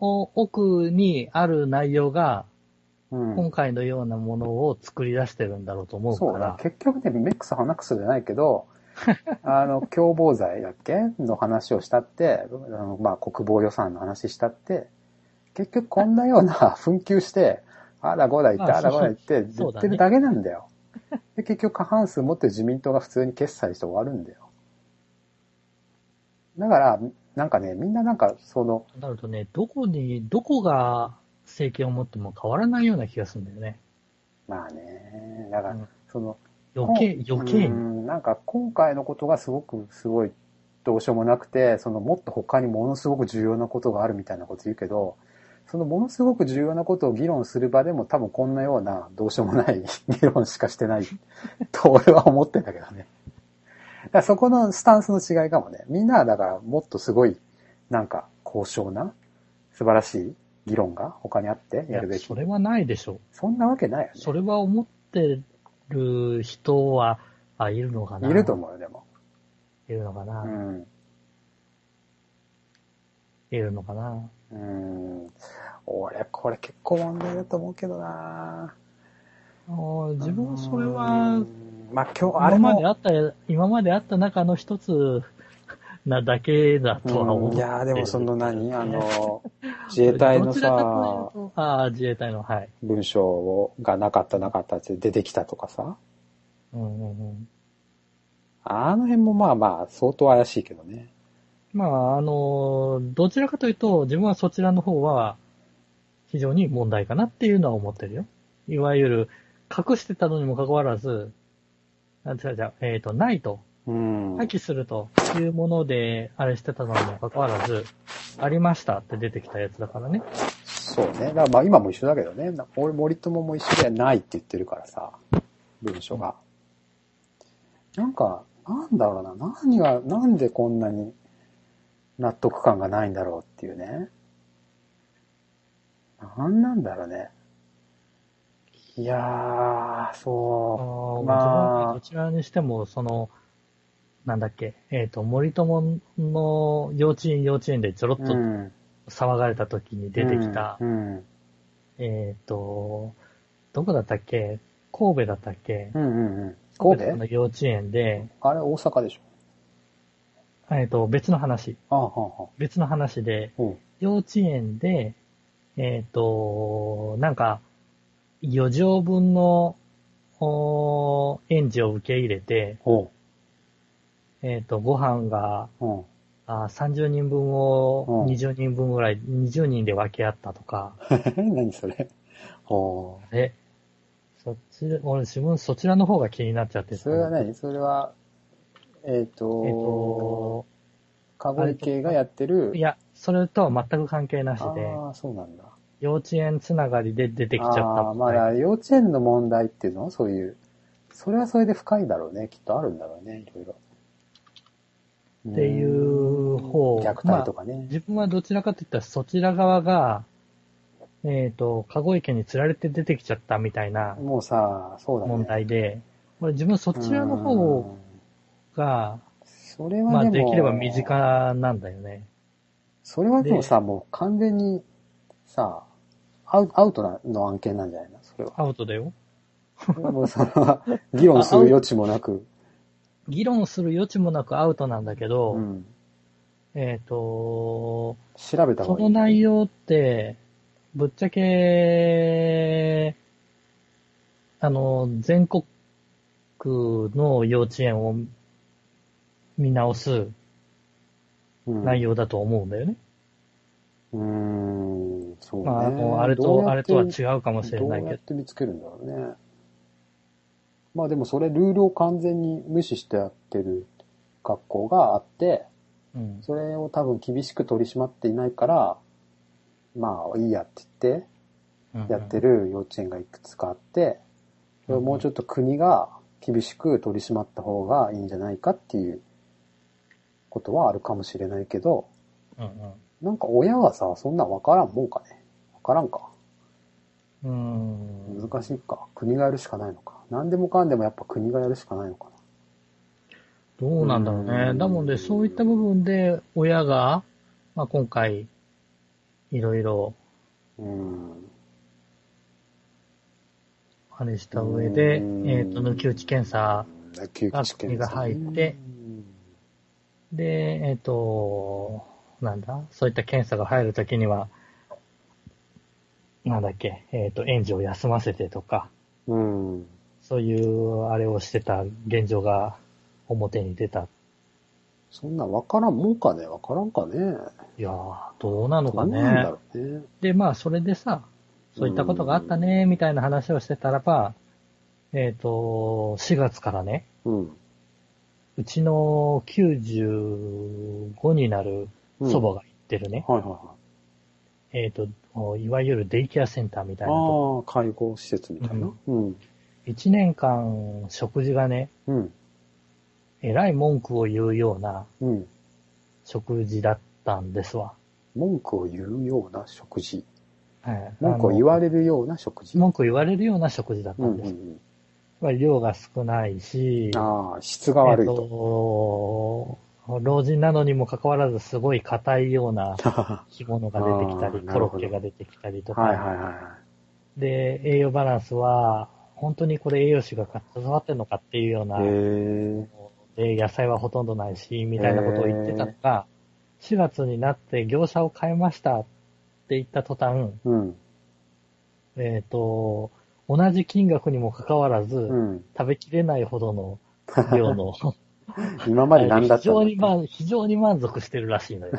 Speaker 2: お奥にある内容が、
Speaker 1: うん
Speaker 2: 今。回のようなものを作り出してるんだろうと思うか
Speaker 1: そうだ
Speaker 2: ら。。
Speaker 1: 結局ね、メックス鼻くそじゃないけ
Speaker 2: *laughs*
Speaker 1: ど、あの、共謀罪だっけの話をしたって、あのまあ、国防予算の話したって、結局こんなような紛糾して、あらごら言って、
Speaker 2: あ
Speaker 1: あらごら言って、
Speaker 2: *laughs* そ
Speaker 1: 言
Speaker 2: うそう
Speaker 1: ってるだけなんだよ。で、結局過半数持ってる自民党が普通に決裁して終わるんだよ。だから、なんかね、みんななんか、その、
Speaker 2: となるとね、どこに、どこが政権を持っても変わらないような気がするんだよね。
Speaker 1: まあね、だから
Speaker 2: うん、
Speaker 1: その、
Speaker 2: 余計、余計
Speaker 1: う
Speaker 2: に。
Speaker 1: んなんか今回のことがすごくすごいどうしようもなくて、そのもっと他にものすごく重要なことがあるみたいなこと言うけど、そのものすごく重要なことを議論する場でも多分こんなようなどうしようもない *laughs* 議論しかしてないと俺は思ってんだけどね。だからそこのスタンスの違いかもね。みんなはだからもっとすごいなんか高尚な素晴らしい議論が他にあってやるべ
Speaker 2: い
Speaker 1: き
Speaker 2: そ。れはないでしょう。
Speaker 1: そんなわけないよね。
Speaker 2: それは思ってる人は、あ、いるのかな。
Speaker 1: いると思うよ、でも。
Speaker 2: いるのかな。
Speaker 1: うん。
Speaker 2: いるのかな。
Speaker 1: うーん。俺、これ結構問題だと思うけどな
Speaker 2: あー自分はそれは
Speaker 1: うー、んまあ今日、あれ
Speaker 2: 今まで
Speaker 1: も、
Speaker 2: あった、今まであった中の一つなだけだとは思
Speaker 1: う
Speaker 2: う。
Speaker 1: んいやーでもそ
Speaker 2: *laughs*
Speaker 1: の何、あの、自衛
Speaker 2: どち
Speaker 1: 隊の
Speaker 2: らか
Speaker 1: さ
Speaker 2: と、いうとああ、自衛隊の、はい。
Speaker 1: 文章をがなかったなかったって出てきたとかさ、
Speaker 2: うんうんうん、
Speaker 1: あの辺もまあまあ相当怪しいけどね。
Speaker 2: まあ、あの、どちらかというと、自分はそちらの方は、非常に問題かなっていうのは思ってるよ。いわゆる、隠してたのにもかかわらず、あ、違う違う、えっ、と、ないと、
Speaker 1: うん。
Speaker 2: 破棄するというもので、あれしてたのにもかかわらず、ありましたって出てきたやつだからね。
Speaker 1: そうね。だからまあ今も一緒だけどね。な俺、森友も一緒でないって言ってるからさ、文書が。なんか、なんだろうな。何が、なんでこんなに納得感がないんだろうっていうね。なんなんだろうね。いやー、
Speaker 2: あ
Speaker 1: そ
Speaker 2: ー
Speaker 1: まあ
Speaker 2: 自分はどちらにしても、その、なんだっけ、えっ、と、森友の幼稚園幼稚園でちょろっ
Speaker 1: う。
Speaker 2: と
Speaker 1: ん
Speaker 2: 騒がれた時に出てきた、
Speaker 1: うん。うん
Speaker 2: えっ、と、どこだったっけ神戸だったっけ
Speaker 1: うんうんうん。神戸
Speaker 2: の幼稚園で、
Speaker 1: あれ大阪でし
Speaker 2: えっ、と、別の話、
Speaker 1: ょああ、はあ、は
Speaker 2: 別の話で、
Speaker 1: あ。うん。
Speaker 2: 幼稚園で、えっ、と、なんか、余剰分の、おー園児を受け入れて、
Speaker 1: ほ
Speaker 2: えっ、と、ご飯が、
Speaker 1: うん。
Speaker 2: あー30人分
Speaker 1: うん
Speaker 2: を20人分ぐらい、20人で分け合ったとか、
Speaker 1: *laughs* 何それ。ほ
Speaker 2: え、そっち、俺自分そちらの方が気になっちゃっ
Speaker 1: う。
Speaker 2: て
Speaker 1: それは
Speaker 2: ね、
Speaker 1: 何それは、えっ、
Speaker 2: えっ、
Speaker 1: と、
Speaker 2: と、
Speaker 1: かごい系がやってる。
Speaker 2: いや、それとは全く関係なし
Speaker 1: あ
Speaker 2: で、
Speaker 1: あ、そうなんだ。
Speaker 2: 幼稚園つながりで出てきちゃった
Speaker 1: ああー、ま
Speaker 2: 問題
Speaker 1: あ、幼稚園の問題っていうのはそういう、それはそれで深いだろうね。きっとあるんだろうね、いろいろ。
Speaker 2: っていう方
Speaker 1: ん虐待とかね。
Speaker 2: 自分はどちらかといったらそちら側が、えっ、と、籠池に釣られて出てきちゃったみたいな
Speaker 1: もうさ、そうだね。
Speaker 2: 問題で、俺自分そ
Speaker 1: うん。
Speaker 2: ちらの方が、
Speaker 1: それ
Speaker 2: ま
Speaker 1: は
Speaker 2: あ
Speaker 1: でも、
Speaker 2: できれば身近なんだよね。
Speaker 1: それはでもさ、もう完全にさ、アウアウトなの案件なんじゃないのそれ
Speaker 2: アウトだよ。
Speaker 1: は。もうそれは、議論する余地もなく。
Speaker 2: 議論する余地もなくアウトなんだけど、
Speaker 1: うん。
Speaker 2: えっ、と、
Speaker 1: 調べた方
Speaker 2: そ
Speaker 1: がいい。
Speaker 2: の内容って、ぶっちゃけ、あの、全国の幼稚園を見直す内容だと思うんだよね。
Speaker 1: うん。うーん、そうね。
Speaker 2: まあ、あの、あれ
Speaker 1: どうやっ
Speaker 2: と、
Speaker 1: て
Speaker 2: あれとは違うかもしれない
Speaker 1: どう
Speaker 2: け
Speaker 1: やって
Speaker 2: ど。
Speaker 1: 見つけるんだろうね。まあでもそれルールを完全に無視してやってる学校があって、
Speaker 2: うん。
Speaker 1: それを多分厳しく取り締まっていないから、まあいいやって言って、やって
Speaker 2: る。
Speaker 1: る幼稚園がいくつかあって、それをもうちょっと国が厳しく取り締まった方がいいんじゃないかっていうことはあるかもしれないけど、
Speaker 2: うん
Speaker 1: なんか親はさ、そんなわからんもんかね。わからんか。
Speaker 2: うん。うん。
Speaker 1: 難しいか。国がやるしかないのか。何でもかんでもやっぱ国がやるしかないのか
Speaker 2: どうなんだろう
Speaker 1: う
Speaker 2: ね。
Speaker 1: ん
Speaker 2: だもんで、そういった部分で、親が、まあ、今回、いろいろ、
Speaker 1: な。うん。
Speaker 2: あれした上で、えっ、
Speaker 1: うん
Speaker 2: と、抜き打ち検査
Speaker 1: うん、給付試験
Speaker 2: が入って
Speaker 1: うん
Speaker 2: で、えっ、と、なんだ、そういった検査が入るときには、なんだっけ、えっ、と、園児を休ませてとか、
Speaker 1: うん。
Speaker 2: そういう、あれをしてた現状が表に出た。
Speaker 1: そんなわからんもんかね。わからんかね。
Speaker 2: いやー、どうなの
Speaker 1: ど
Speaker 2: か
Speaker 1: うなんだ
Speaker 2: ね。
Speaker 1: ろうね。
Speaker 2: で、まあ、それでさ、そういったことがあったね、みたいな話をしてたらば、えっ、と、4月からね、
Speaker 1: うん。
Speaker 2: うちの95になる
Speaker 1: うん
Speaker 2: 祖母が行ってるね、
Speaker 1: はいはいはい。
Speaker 2: えっ、と、いわゆるデイケアセンターみたいなとこ
Speaker 1: ああ、介護施設みたいな。うん。
Speaker 2: 一年間食事がね、
Speaker 1: うん。
Speaker 2: えらい文句を言うような
Speaker 1: うん。
Speaker 2: 食事だったんですわ。
Speaker 1: 文句を言うような食事。
Speaker 2: はい
Speaker 1: 文句を言わ
Speaker 2: れ
Speaker 1: れるような食事。
Speaker 2: 文句を言われるような食事だった
Speaker 1: うん
Speaker 2: ん
Speaker 1: う
Speaker 2: です。
Speaker 1: ん
Speaker 2: まあ量が少ないし、
Speaker 1: うん。ああ、質が悪い
Speaker 2: え
Speaker 1: と。
Speaker 2: っと老人なのにもかかわらずすごい硬いような
Speaker 1: *laughs* は
Speaker 2: 着物が出てきた
Speaker 1: あ、
Speaker 2: り
Speaker 1: ーな
Speaker 2: コ
Speaker 1: る
Speaker 2: ロ
Speaker 1: ほど
Speaker 2: ッケが出てきたりと
Speaker 1: い
Speaker 2: か、
Speaker 1: はいは。
Speaker 2: で、栄養バランスは、本当にこれ栄養士が携わってんのかっていうようない
Speaker 1: へえ。
Speaker 2: で、野菜はほとんどないし、みたいなことを言ってたのが、4月になって業者を変えましたって言った途端、
Speaker 1: うん。
Speaker 2: えっ、と、同じ金額にもかかわらず、
Speaker 1: うん。
Speaker 2: 食べきれないほど
Speaker 1: *laughs*
Speaker 2: の量の、
Speaker 1: 今まで何だっ
Speaker 2: 非
Speaker 1: たんだ
Speaker 2: 常に満非常に満足してるらしいのよ。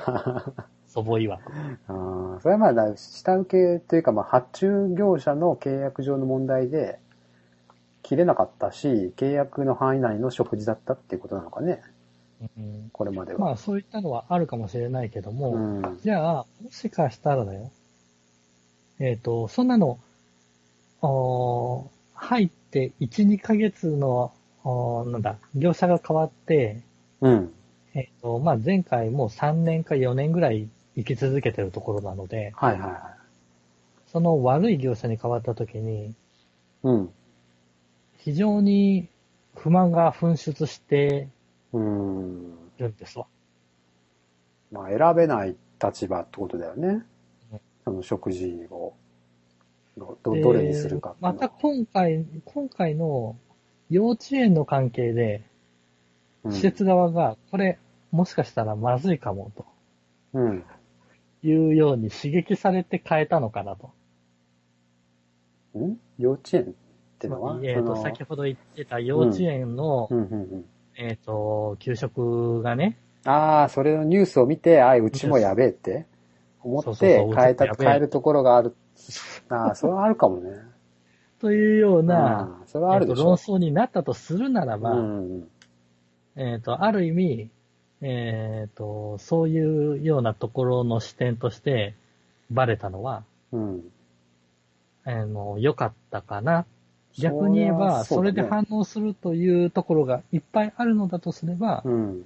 Speaker 2: 祖母曰く。
Speaker 1: *laughs* ああ、それはまあだ、下請けというか、まあ、発注業者の契約上の問題で、切れなかったし、契約の範囲内の食事だったっていうことなのかね、
Speaker 2: うん
Speaker 1: これまでは。
Speaker 2: まあそういったのはあるかもしれないけども、
Speaker 1: うん。
Speaker 2: じゃあ、もしかしたらだよ。えっ、と、そんなの、おー入って1、2ヶ月の、おーなんだ、業者が変わって、
Speaker 1: うん。
Speaker 2: えっ、と、まあ、前回もう3年か4年ぐらい生き続けてるところなので、
Speaker 1: はいはいはい。
Speaker 2: その悪い業者に変わった時に、
Speaker 1: うん。
Speaker 2: 非常に不満が噴出して
Speaker 1: うん。
Speaker 2: るんですわ。
Speaker 1: まあ、選べない立場ってことだよね
Speaker 2: うん。
Speaker 1: その食事を、ど、どどれにするかっ
Speaker 2: で
Speaker 1: ていうの
Speaker 2: また今回、今回の幼稚園の関係で、施設側が、これ、もしかしたらまずいかも、と
Speaker 1: うん。うん。
Speaker 2: いうように刺激されて変えたのかなと。
Speaker 1: ん幼稚園ってのは、
Speaker 2: えっ、
Speaker 1: そ
Speaker 2: と、
Speaker 1: の
Speaker 2: 先ほど言ってた幼稚園の
Speaker 1: うんうんうん。
Speaker 2: えっ、と、給食がね、
Speaker 1: ああ、それのニュースを見て、ああ、うちもやべえって思
Speaker 2: そう
Speaker 1: っ
Speaker 2: そう
Speaker 1: て
Speaker 2: そう
Speaker 1: 変えた、
Speaker 2: うちもやべえ
Speaker 1: 変えるところがある。ああ、それはあるか
Speaker 2: *laughs*
Speaker 1: もね。
Speaker 2: というよう
Speaker 1: う
Speaker 2: な、
Speaker 1: ん、それはあ
Speaker 2: え
Speaker 1: る
Speaker 2: ーと
Speaker 1: でし
Speaker 2: 論
Speaker 1: ょ。
Speaker 2: 争になったとするならば、
Speaker 1: うん。
Speaker 2: えっ、と、ある意味、えっ、と、そういうようなところの視点として、バレたのは、
Speaker 1: うん。
Speaker 2: あの、良かったかな。逆に言えば、そ
Speaker 1: り
Speaker 2: れ
Speaker 1: ゃ
Speaker 2: で
Speaker 1: うだね
Speaker 2: 反応するというところがいっぱいあるのだとすれば、
Speaker 1: うん。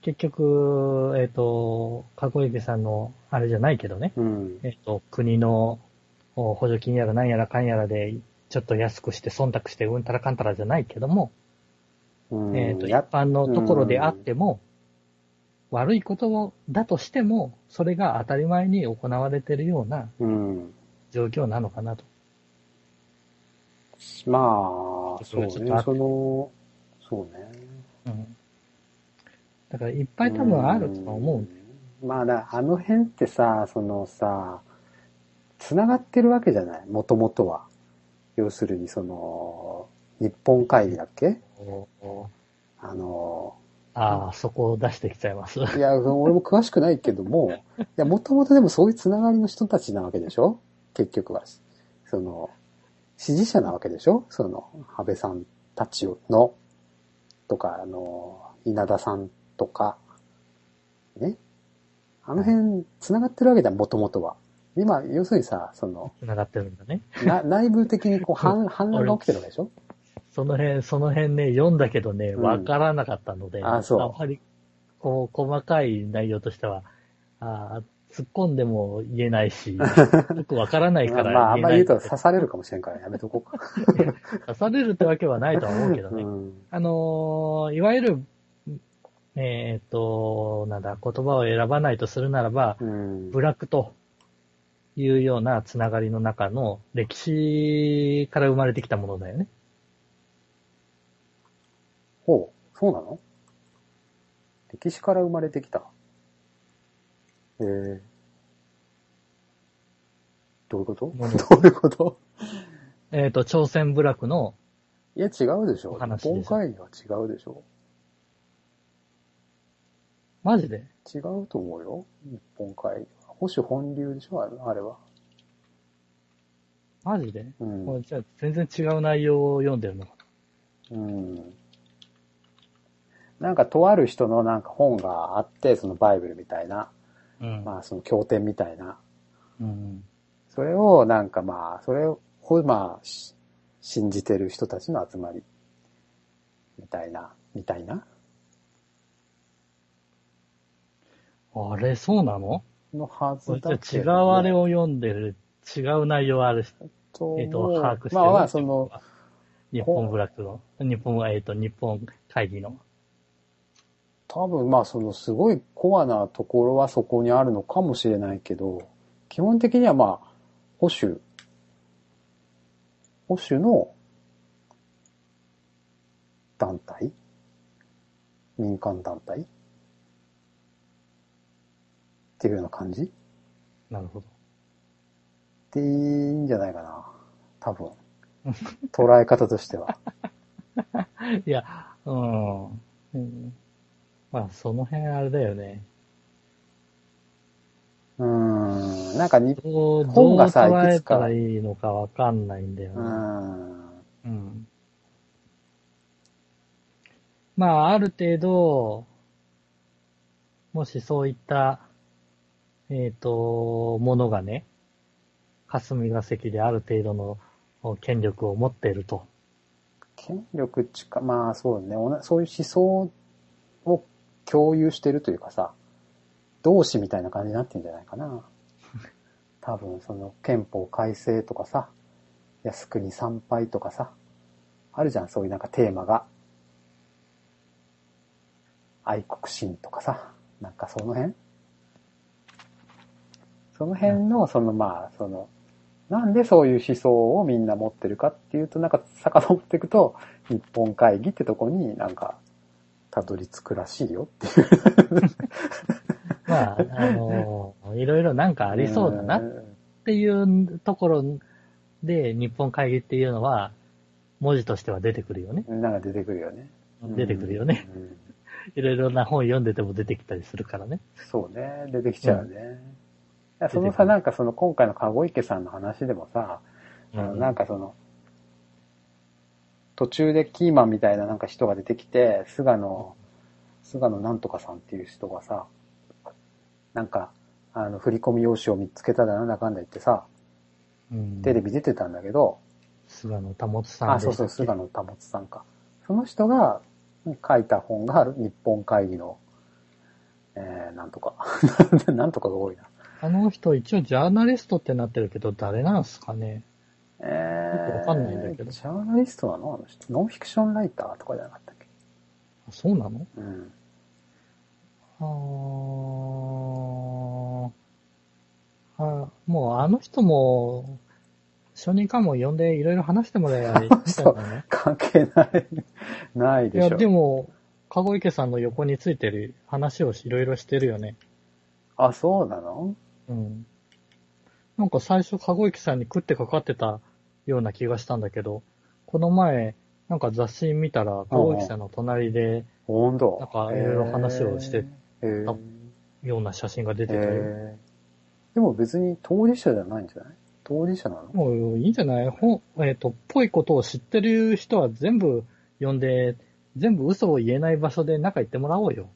Speaker 2: 結局、えっ、と、かこゆきさんの、あれじゃないけどね、
Speaker 1: うん。
Speaker 2: えっ、と、国のお補助金やらなんやらかんやらで、ちょっと安くして、忖度して、うんたらかんたらじゃないけども、
Speaker 1: うん。
Speaker 2: えっ、と、一
Speaker 1: やっ
Speaker 2: 般のところであっても、悪いことをだとしても、それが当たり前に行われているような
Speaker 1: うん。
Speaker 2: 状況なのかなと。
Speaker 1: まあ、
Speaker 2: ち
Speaker 1: そ
Speaker 2: ょ
Speaker 1: う
Speaker 2: っと
Speaker 1: ね。そ
Speaker 2: ちょっとあ
Speaker 1: の、そうね。
Speaker 2: うん。だから、いっぱい多分あるとは思うんだよ
Speaker 1: うんまあだ、あの辺ってさ、そのさ、繋がってるわけじゃないもともとは。要するに、その、日本会議だっけあの、
Speaker 2: ああ、そこを出してきちゃいます。 *laughs*
Speaker 1: いや、俺も詳しくないけども、いや、もともとでもそういうつながりの人たちなわけでしょ結局は。その、支持者なわけでしょその、安倍さんたちの、とか、あの、稲田さんとか、ね。あの辺、つながってるわけだ、もともとは。今、要するにさ、そ
Speaker 2: *laughs*
Speaker 1: の、
Speaker 2: 繋がってるんだね。
Speaker 1: な内部的にこう反、反乱が起きてるわけでしょ
Speaker 2: その辺、その辺ね、読んだけどね、
Speaker 1: うん
Speaker 2: わからなかったので、
Speaker 1: ああそう
Speaker 2: あんまり、こう、細かい内容としては、ああ、突っ込んでも言えな
Speaker 1: *laughs*
Speaker 2: いし、よくわからない
Speaker 1: ま
Speaker 2: から
Speaker 1: あ、あんまり言うと
Speaker 2: 刺
Speaker 1: 刺されるかもしれんから、やめとこう
Speaker 2: *laughs*
Speaker 1: か。
Speaker 2: 刺されるってわけはないとは思うけど
Speaker 1: う
Speaker 2: ね。
Speaker 1: ん。
Speaker 2: あのーいわゆる、えっ、と、なんだ、言葉を選ばないとするならば、
Speaker 1: うん。
Speaker 2: ブラックというようなつながりの中の歴史から生まれてきたものだよね。
Speaker 1: ほう、そうなの歴史から生まれてきた。ええどういうこと
Speaker 2: もの
Speaker 1: どういうこと
Speaker 2: *laughs* えっ、と、朝鮮部落の、
Speaker 1: いや、違うでしょ
Speaker 2: お。話
Speaker 1: 日
Speaker 2: でしょ
Speaker 1: 本会議は違うでしょ。
Speaker 2: マジで
Speaker 1: 違うと思うよ。日本会議は。保守本流でしょ、あれあれは。
Speaker 2: マジで
Speaker 1: うん。
Speaker 2: もうじゃあ全然違う内容を読んでるのか
Speaker 1: うん。なんか、とある人のなんか本があって、そのバイブルみたいな、
Speaker 2: な。うん
Speaker 1: まあ、その経典みたいな、
Speaker 2: うん。
Speaker 1: それをなんかまあ、それをまあ、し信じてる人たちの集まり、みたいな、みたいな
Speaker 2: あれ、そうなの
Speaker 1: のはずだ
Speaker 2: じ
Speaker 1: け
Speaker 2: ゃ
Speaker 1: ど、
Speaker 2: あ違うあれを読んでる、違う内容あるし、
Speaker 1: と思う、
Speaker 2: えっ、と、把握してる。
Speaker 1: まあまあ、その、、
Speaker 2: 日本部落の、日本は、えっ、と、日本会議の。
Speaker 1: 多分まあ、そのすごいコアなところはそこにあるのかもしれないけど、基本的にはまあ、保守、保守の団体民間団体っていうような感じ
Speaker 2: なるほど。
Speaker 1: っていいんじゃないかな。多分。捉え方としては。
Speaker 2: いや、うん。うん、まあ、その辺あれだよね。
Speaker 1: うーん。なんかに、
Speaker 2: どう、ど
Speaker 1: 本
Speaker 2: う
Speaker 1: がさ
Speaker 2: 捉
Speaker 1: い
Speaker 2: え
Speaker 1: くつか
Speaker 2: たらいいのかわかんないんだよ
Speaker 1: う
Speaker 2: ね。
Speaker 1: ーん。
Speaker 2: うんまあ、ある程度、もしそういった、えっ、と、ものがね、霞が関である程度のお権力を持っていると。
Speaker 1: 権力っちか、まあそうね。おなそういう思想を共有してるというかさ、同志みたいな感じになってんじゃないかな。多分、その憲法改正とかさ、靖国参拝とかさ、あるじゃん、そういうなんかテーマが。愛国心とかさ、なんかその辺その辺の、そのまあ、その、なんでそういう思想をみんな持ってるかっていうと、なんか遡っていくと、日本会議ってとこになんか、たどり着くらしいよっていう。
Speaker 2: まあ、あの、 *laughs* いろいろなんかありそうだなっ
Speaker 1: ん
Speaker 2: ていうところで、日本会議っていうのは、文字としては出てくるよね。
Speaker 1: なんか出てくるよね。
Speaker 2: 出てくるよね。 *laughs*
Speaker 1: うんうん
Speaker 2: いろいろな本読んでても出てきたりするからね。
Speaker 1: そうね、出てきちゃうね。いやその
Speaker 2: 出てく
Speaker 1: さ、
Speaker 2: る
Speaker 1: なんかその今回の籠池さんの話でもさ、あのなん
Speaker 2: か、
Speaker 1: かその、途中でキーマンみたいななんか人が出てきて、菅野、菅野なんとかさんっていう人がさ、なんか、あの、振り込み用紙を見つけたらなんだかんだ言ってさ、
Speaker 2: うん、
Speaker 1: テレビ出てたんだけど、
Speaker 2: 菅野保さん
Speaker 1: あ、そうそう、菅野保さんか。その人が書いた本がある日本会議の、えー、なんとか。 *laughs* なんとかが多いな。
Speaker 2: あの人一応ジャーナリストってなってるけど、誰なんすかね。
Speaker 1: えー、
Speaker 2: よくわかんないんだけど
Speaker 1: ジャーナリストなのあの人ノンフィクションライターとかじゃなかったっけ
Speaker 2: あそうなの
Speaker 1: うん。
Speaker 2: あーあ、もうあの人も、初任官も呼んでいろいろ話してもらえばいいみたい
Speaker 1: *laughs*
Speaker 2: なね
Speaker 1: 関係ない。ない
Speaker 2: い
Speaker 1: でしょ。
Speaker 2: や、でも、籠池さんの横についてる話をいろいろしてるよね。
Speaker 1: あ、そうなの
Speaker 2: うん。なんか最初、籠池さんに食ってかかってたような気がしたんだけど、この前、なんか雑誌見たら、籠池さんの隣で、
Speaker 1: 温度。
Speaker 2: なんかいろいろ話をして
Speaker 1: えー、
Speaker 2: たような写真が出
Speaker 1: え
Speaker 2: てたよ。
Speaker 1: ーでも別に当事者じゃないんじゃない当事者なの
Speaker 2: もういいんじゃないほ、えっ、と、ぽいことを知ってる人は全部呼んで、全部嘘を言えない場所で仲行ってもらおうよ。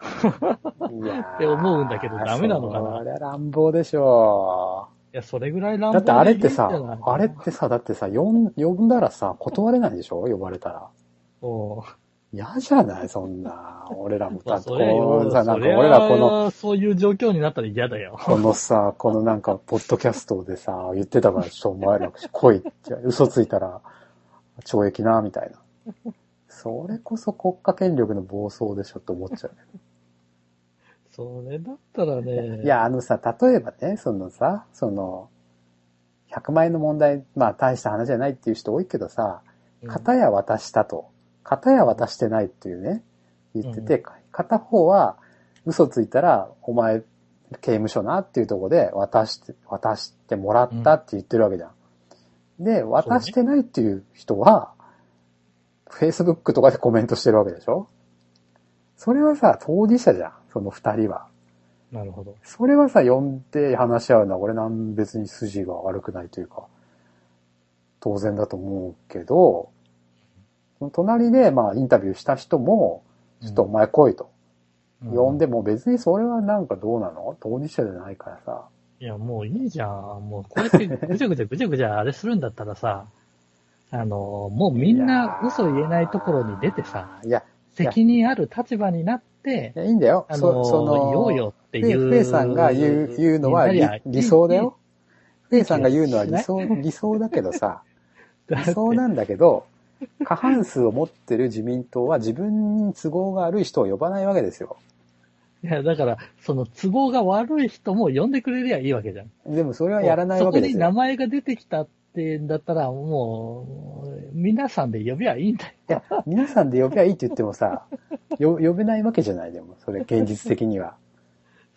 Speaker 1: いやー
Speaker 2: って思うんだけどダメなのかな
Speaker 1: それは乱暴でしょ
Speaker 2: いや、それぐらい乱
Speaker 1: う。だ
Speaker 2: 暴
Speaker 1: ってあれってさ
Speaker 2: でいいんじゃない、
Speaker 1: あれってさ、だってさ、呼ん呼んだらさ、断れないでしょ呼ばれたら。
Speaker 2: そ
Speaker 1: 嫌じゃないそんな。俺らも
Speaker 2: う。ま
Speaker 1: だ
Speaker 2: あ、
Speaker 1: って
Speaker 2: それ
Speaker 1: こ
Speaker 2: は
Speaker 1: うさ、なんか
Speaker 2: それは
Speaker 1: 俺らこの、
Speaker 2: そういう状況になったら嫌だよ。
Speaker 1: このさ、このなんか、ポッドキャストでさ、言ってたから、しょうもないな、来いって、嘘ついたら、懲役な、みたいな。それこそ国家権力の暴走でしょって思っちゃう
Speaker 2: それだったらね
Speaker 1: ね。。い、や、あのさ、例えばね、そのさ、その、100万円の問題、まあ大した話じゃないっていう人多いけどさ、片や渡したと、片や渡してないっていうね、言ってて、片方は嘘ついたら、お前、刑務所なっていうところで渡して、渡してもらったって言ってるわけじゃん。で、渡してないっていう人は、Facebook とかでコメントしてるわけでしょそれはさ、当事者じゃん、その二人は。
Speaker 2: なるほど。
Speaker 1: それはさ、呼んで話し合うのは俺なん別に筋が悪くないというか、当然だと思うけど、その隣で、まあ、インタビューした人も、ちょっとお前来いと。
Speaker 2: う
Speaker 1: 呼んでも別にそれはなんかどうなの当事者じゃないからさ。
Speaker 2: いや、もういいじゃん。もうこうやってぐちゃぐちゃぐちゃぐちゃあれするんだったらさ、あの、もうみんな嘘言えないところに出てさ、
Speaker 1: いや、
Speaker 2: 責任ある立場になって
Speaker 1: い、やいいんだよ。
Speaker 2: あの、言おうよって
Speaker 1: フェイ
Speaker 2: いう。
Speaker 1: フェイさんが言う言うのは
Speaker 2: みん
Speaker 1: 理
Speaker 2: なで
Speaker 1: 理想だよ。。フェイさんが言うのはい
Speaker 2: *laughs* い
Speaker 1: 理想、理想だけどさ。
Speaker 2: だって
Speaker 1: そうなんだけど、過半数を持ってる自民党は自分に都合が悪い人を呼ばないわけですよ。
Speaker 2: いや、だから、その都合が悪い人も呼んでくれりゃいいわけじゃん。
Speaker 1: でもそれはやらないわけです
Speaker 2: そこに名
Speaker 1: よ。
Speaker 2: 前が出てきたってんだったら、もう、皆さんで呼びゃいいんだよ。
Speaker 1: いや、皆さんで呼べばいいって言ってもさ、よ呼べないわけじゃない、でも、それ現実的には。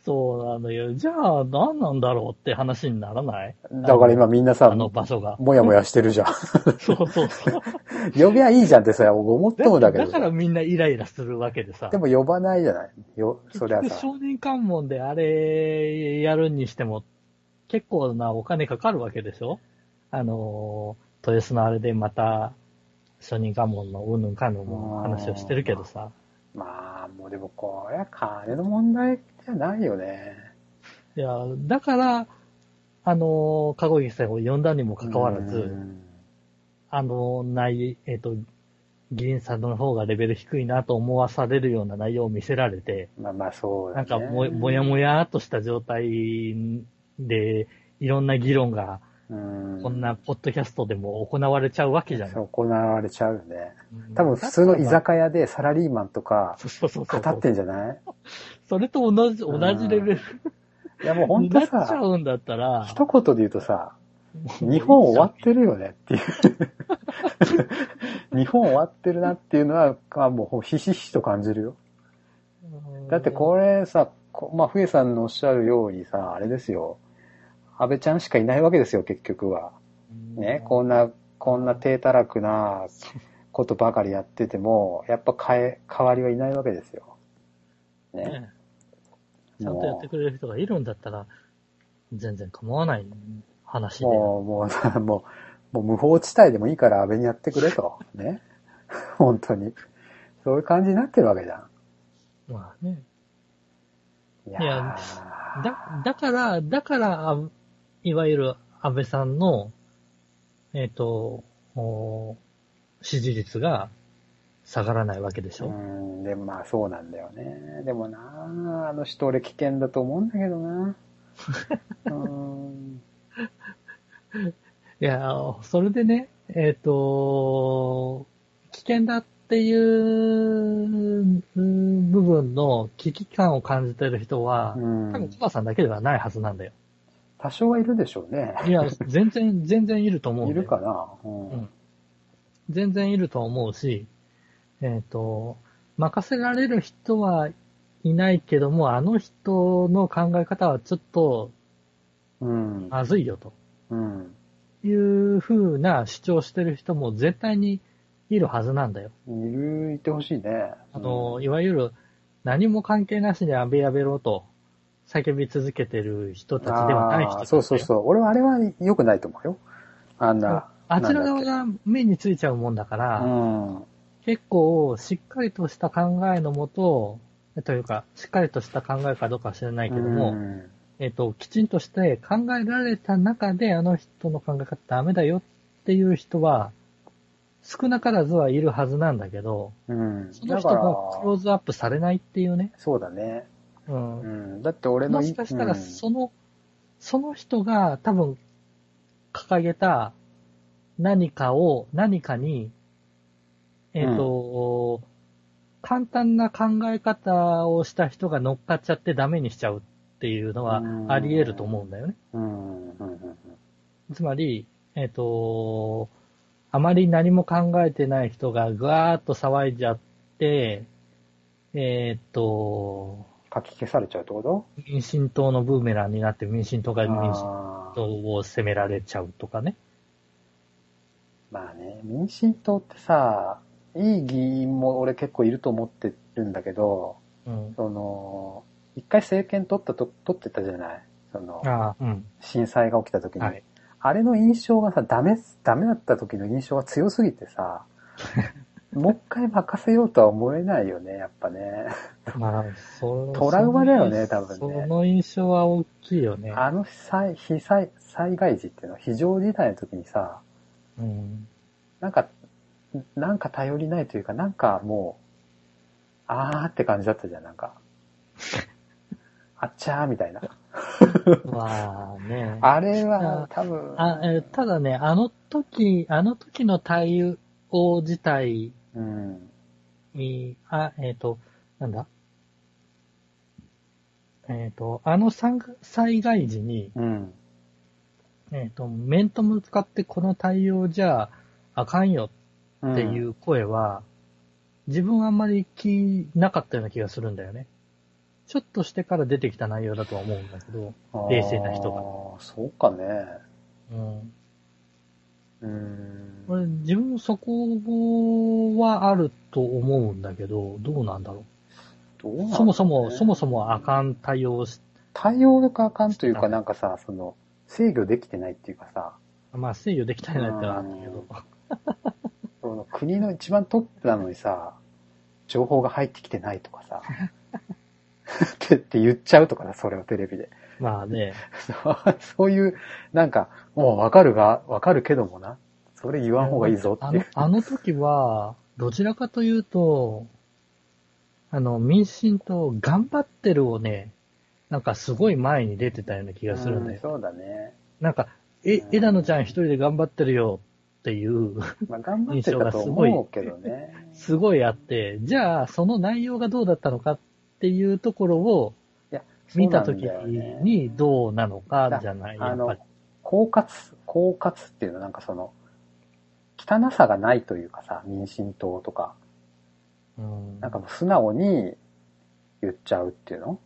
Speaker 2: そうなのよ。じゃあ、何なんだろうって話にならない
Speaker 1: だから今みんなさ
Speaker 2: あ、の場
Speaker 1: *laughs*
Speaker 2: 所が。
Speaker 1: もやもやしてるじゃ
Speaker 2: *laughs*
Speaker 1: ん。
Speaker 2: そうそうそう。
Speaker 1: 呼べばいいじゃんってさ、僕思ってもだけど
Speaker 2: だからみんなイライラするわけでさ。
Speaker 1: でも呼ばないじゃない。よ、そりゃ
Speaker 2: 結局
Speaker 1: さ。
Speaker 2: 少年関門であれやるにしても、結構なお金かかるわけでしょあのー、豊洲のあれでまた、少年関門のうんぬんかんぬんの話をしてるけどさ。
Speaker 1: まあ、もうでもこれは金の問題じゃないよね。
Speaker 2: いや、だから、あのー、かごぎさんを呼んだにもかかわらず、
Speaker 1: うん
Speaker 2: あの、ない、えっ、と、議員さんの方がレベル低いなと思わされるような内容を見せられて、
Speaker 1: まあまあそうだ
Speaker 2: なん
Speaker 1: ね。
Speaker 2: かも、もやもやっとした状態で、いろんな議論が、
Speaker 1: うん、
Speaker 2: こんなポッドキャストでも行われちゃうわけじゃない。
Speaker 1: そう行われちゃうよね。多分普通の居酒屋でサラリーマンとか
Speaker 2: そうそうそうそう。
Speaker 1: 語ってんじゃない
Speaker 2: それと同じ、
Speaker 1: う
Speaker 2: 同
Speaker 1: ん
Speaker 2: じレベル
Speaker 1: いやもうほん
Speaker 2: にな
Speaker 1: と
Speaker 2: っちゃ
Speaker 1: さ、
Speaker 2: うんだったら、
Speaker 1: 一言で言うとさ、
Speaker 2: もう
Speaker 1: 日本終わってるよねって *laughs* いう。日本終わってるなっていうのは、まあもうひしひしと感じるよ。だってこれさ、こまあ、ふえさんのおっしゃるようにさ、あれですよ。安倍ちゃんしかいないわけですよ、結局は。
Speaker 2: うん
Speaker 1: ね、こんな、こんな低たらくな、ことばかりやってても、やっぱ変え、変わりはいないわけですよ。ね。
Speaker 2: ねちゃんとやってくれる人がいるんだったら、全然構わない話で。
Speaker 1: もう、もう、もう、もう無法地帯でもいいから安倍にやってくれと。ね。 *laughs* 本当に。そういう感じになってるわけじゃ
Speaker 2: まあね。
Speaker 1: ん。いやー
Speaker 2: いやだ、だから、だから、あいわゆる安倍さんの、えっ、と、お支持率が下がらないわけでしょ、
Speaker 1: うん、でもまあそうなんだよね。でもなあ、あの人俺危険だと思うんだけど
Speaker 2: *laughs*
Speaker 1: な。うん。
Speaker 2: いや、それでね、えっ、と、危険だっていううん部分の危機感を感じてる人は、
Speaker 1: うん
Speaker 2: 多分コバさんだけではないはずなんだよ。
Speaker 1: 多少はいるでしょうね。
Speaker 2: いや、全然、全然いると思うん
Speaker 1: い
Speaker 2: だよ
Speaker 1: るかな。うん。
Speaker 2: うん全然いると思うし、えっ、と、任せられる人はいないけども、あの人の考え方はちょっと
Speaker 1: うん。
Speaker 2: まずいよと
Speaker 1: うん。
Speaker 2: いう風な主張してる人も絶対にいるはずなんだよ。
Speaker 1: いる、いてほしいね。
Speaker 2: あの、いわゆる何も関係なしに安倍安倍ろと叫び続けてる人
Speaker 1: うん、
Speaker 2: たちではない人たちだ
Speaker 1: あ
Speaker 2: よ
Speaker 1: ーそうそうそう。俺はあれは良くないと思うよ。あんな。
Speaker 2: あちら側
Speaker 1: なんだっ
Speaker 2: が目についちゃうもんだから、
Speaker 1: けうん。
Speaker 2: 結構しっかりとした考えのもと、というか、しっかりとした考えかどうかは知らないけども、
Speaker 1: うん
Speaker 2: えっ、と、きちんとして考えられた中であの人の考え方ダメだよっていう人は、少なからずはいるはずなんだけど、
Speaker 1: うん。
Speaker 2: その
Speaker 1: だ
Speaker 2: 人
Speaker 1: か
Speaker 2: が
Speaker 1: ら、
Speaker 2: クローズアップされないっていうね。
Speaker 1: そうだね。
Speaker 2: うん
Speaker 1: うん。だって俺の
Speaker 2: も
Speaker 1: い
Speaker 2: しかした
Speaker 1: う
Speaker 2: ら、
Speaker 1: ん
Speaker 2: その、その人が多分、掲げた何かを、何かに、えっ、と、簡単な考え方をした人が乗っかっちゃってダメにしちゃうっていうのは
Speaker 1: うん
Speaker 2: あり得ると思うんだよね。
Speaker 1: うん。うん。うん
Speaker 2: つまり、えっ、と、あまり何も考えてない人がぐわーっと騒いじゃって、えっ、と、
Speaker 1: 書き消されちゃうってこと
Speaker 2: 民進党のブーメランになって民進党が民進
Speaker 1: あー
Speaker 2: 党を責められちゃうとかね。
Speaker 1: まあね、民進党ってさ、いい議員も俺結構いると思ってるんだけど、
Speaker 2: うん。
Speaker 1: その、一回政権取ったと、取ってたじゃないその、
Speaker 2: ああ、うん。
Speaker 1: 震災が起きた時に。
Speaker 2: はい
Speaker 1: あれの印象がさ、ダメ、ダメだった時の印象が強すぎて
Speaker 2: *laughs*
Speaker 1: さ、もう一回任せようとは思えないよね、やっぱね。
Speaker 2: まあ、そ
Speaker 1: トラウマだよね多分ね
Speaker 2: その印象は大きいよね。
Speaker 1: あの被災、被災、災害時っていうのは非常事態の時にさ、 *laughs*
Speaker 2: うん。
Speaker 1: なんか、なんか頼りないというか、なんかもう、あーって感じだったじゃん、なん
Speaker 2: *laughs*
Speaker 1: か。あっちゃーみたいな。
Speaker 2: まあね。
Speaker 1: あれは多分、
Speaker 2: あえーただね、あの時、あの時の対応自体
Speaker 1: うん。
Speaker 2: に、あ、えっ、と、なんだえっ、と、あの災災害時に、
Speaker 1: うん。
Speaker 2: えっ、と、面と向かってこの対応じゃあかんよ
Speaker 1: っ。
Speaker 2: っていうう声は、自分はあんまり気なかったような気がするんだよね。ちょっとしてから出てきた内容だとは思うんだけど、冷静な人が
Speaker 1: が。そうかね。
Speaker 2: うん。
Speaker 1: うん。
Speaker 2: 俺、自分もそこはあると思うんだけど、どうなんだろ
Speaker 1: どう
Speaker 2: う。
Speaker 1: なんだろうね
Speaker 2: そもそも、そもそもあかん対応し、
Speaker 1: 対応があかんという
Speaker 2: は
Speaker 1: か、
Speaker 2: い
Speaker 1: なんかさ、その、制御できてないっていうかさ、
Speaker 2: まあ制御できたりないってのはあったけど、
Speaker 1: その国の一番トップなのにさ、情報が入ってきてないとかさ、ってって言っちゃうとかな、それをテレビで。 *laughs*
Speaker 2: まあね、
Speaker 1: そうそういう、なんか、もうわかるが、わかるけどもな、それ言わん方がいいぞっ
Speaker 2: あ
Speaker 1: てい
Speaker 2: の
Speaker 1: う。、
Speaker 2: あの時は、どちらかというと、あの、民進党、頑張ってるをね、なんかすごい前に出てたような気がするんだよ
Speaker 1: うん。そうだね。
Speaker 2: なんか、え
Speaker 1: う、ん
Speaker 2: 枝野ちゃん一人で頑張ってるよっていう、 *laughs*
Speaker 1: まあ、頑張ってたと思うけどね。
Speaker 2: すごいあって、じゃあ、その内容がどうだったのかっていうところを見たとき
Speaker 1: そうなんだよね
Speaker 2: にどうなのかじゃない、や
Speaker 1: あ
Speaker 2: っぱ
Speaker 1: の
Speaker 2: り。、
Speaker 1: 狡猾、狡猾っていうのはなんかその、汚さがないというかさ、民進党とか、
Speaker 2: うん
Speaker 1: なんかもう素直に言っちゃうっていうの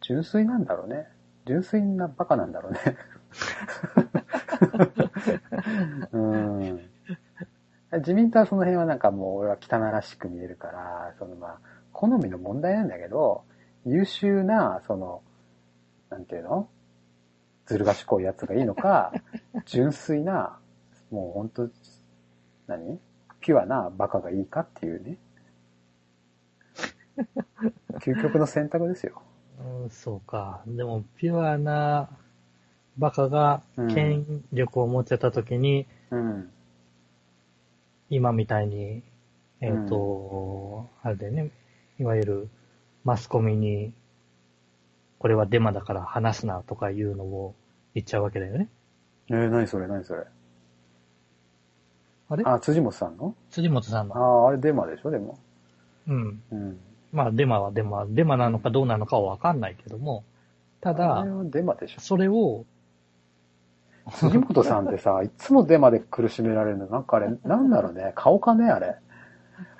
Speaker 1: 純粋なんだろうね。純粋なバカなんだろう
Speaker 2: *laughs*
Speaker 1: ね。うん。自民党はその辺はなんかもう俺は汚らしく見えるから、そのまあ、好みの問題なんだけど、優秀な、その、なんていうのずる賢いやつがいいのか、純粋な、もうほんと、何ピュアなバカがいいかっていうね。究極の選択ですよ。
Speaker 2: うん、そうか。でも、ピュアなバカが
Speaker 1: うん
Speaker 2: 権力を持ってた時に、
Speaker 1: うん。
Speaker 2: 今みたいに、えっ、と、あれだよね、いわゆるマスコミに、これはデマだから話すなとかいうのを言っちゃうわけだよね。
Speaker 1: えー、何それ何それ。
Speaker 2: あれ
Speaker 1: あ、辻元さんの
Speaker 2: 辻元さん
Speaker 1: あ
Speaker 2: の。
Speaker 1: あ、あれデマでしょ、でも。
Speaker 2: うん。
Speaker 1: うん。
Speaker 2: まあ、デマはデマ、デマなのかどうなのかはわかんないけども、た
Speaker 1: あ
Speaker 2: だ
Speaker 1: れ、はデマでしょ。
Speaker 2: それを、
Speaker 1: 辻元さんってさ、いつもデマで苦しめられるの。なん
Speaker 2: *laughs*
Speaker 1: かあれ、なんだろうね。顔かねあれ。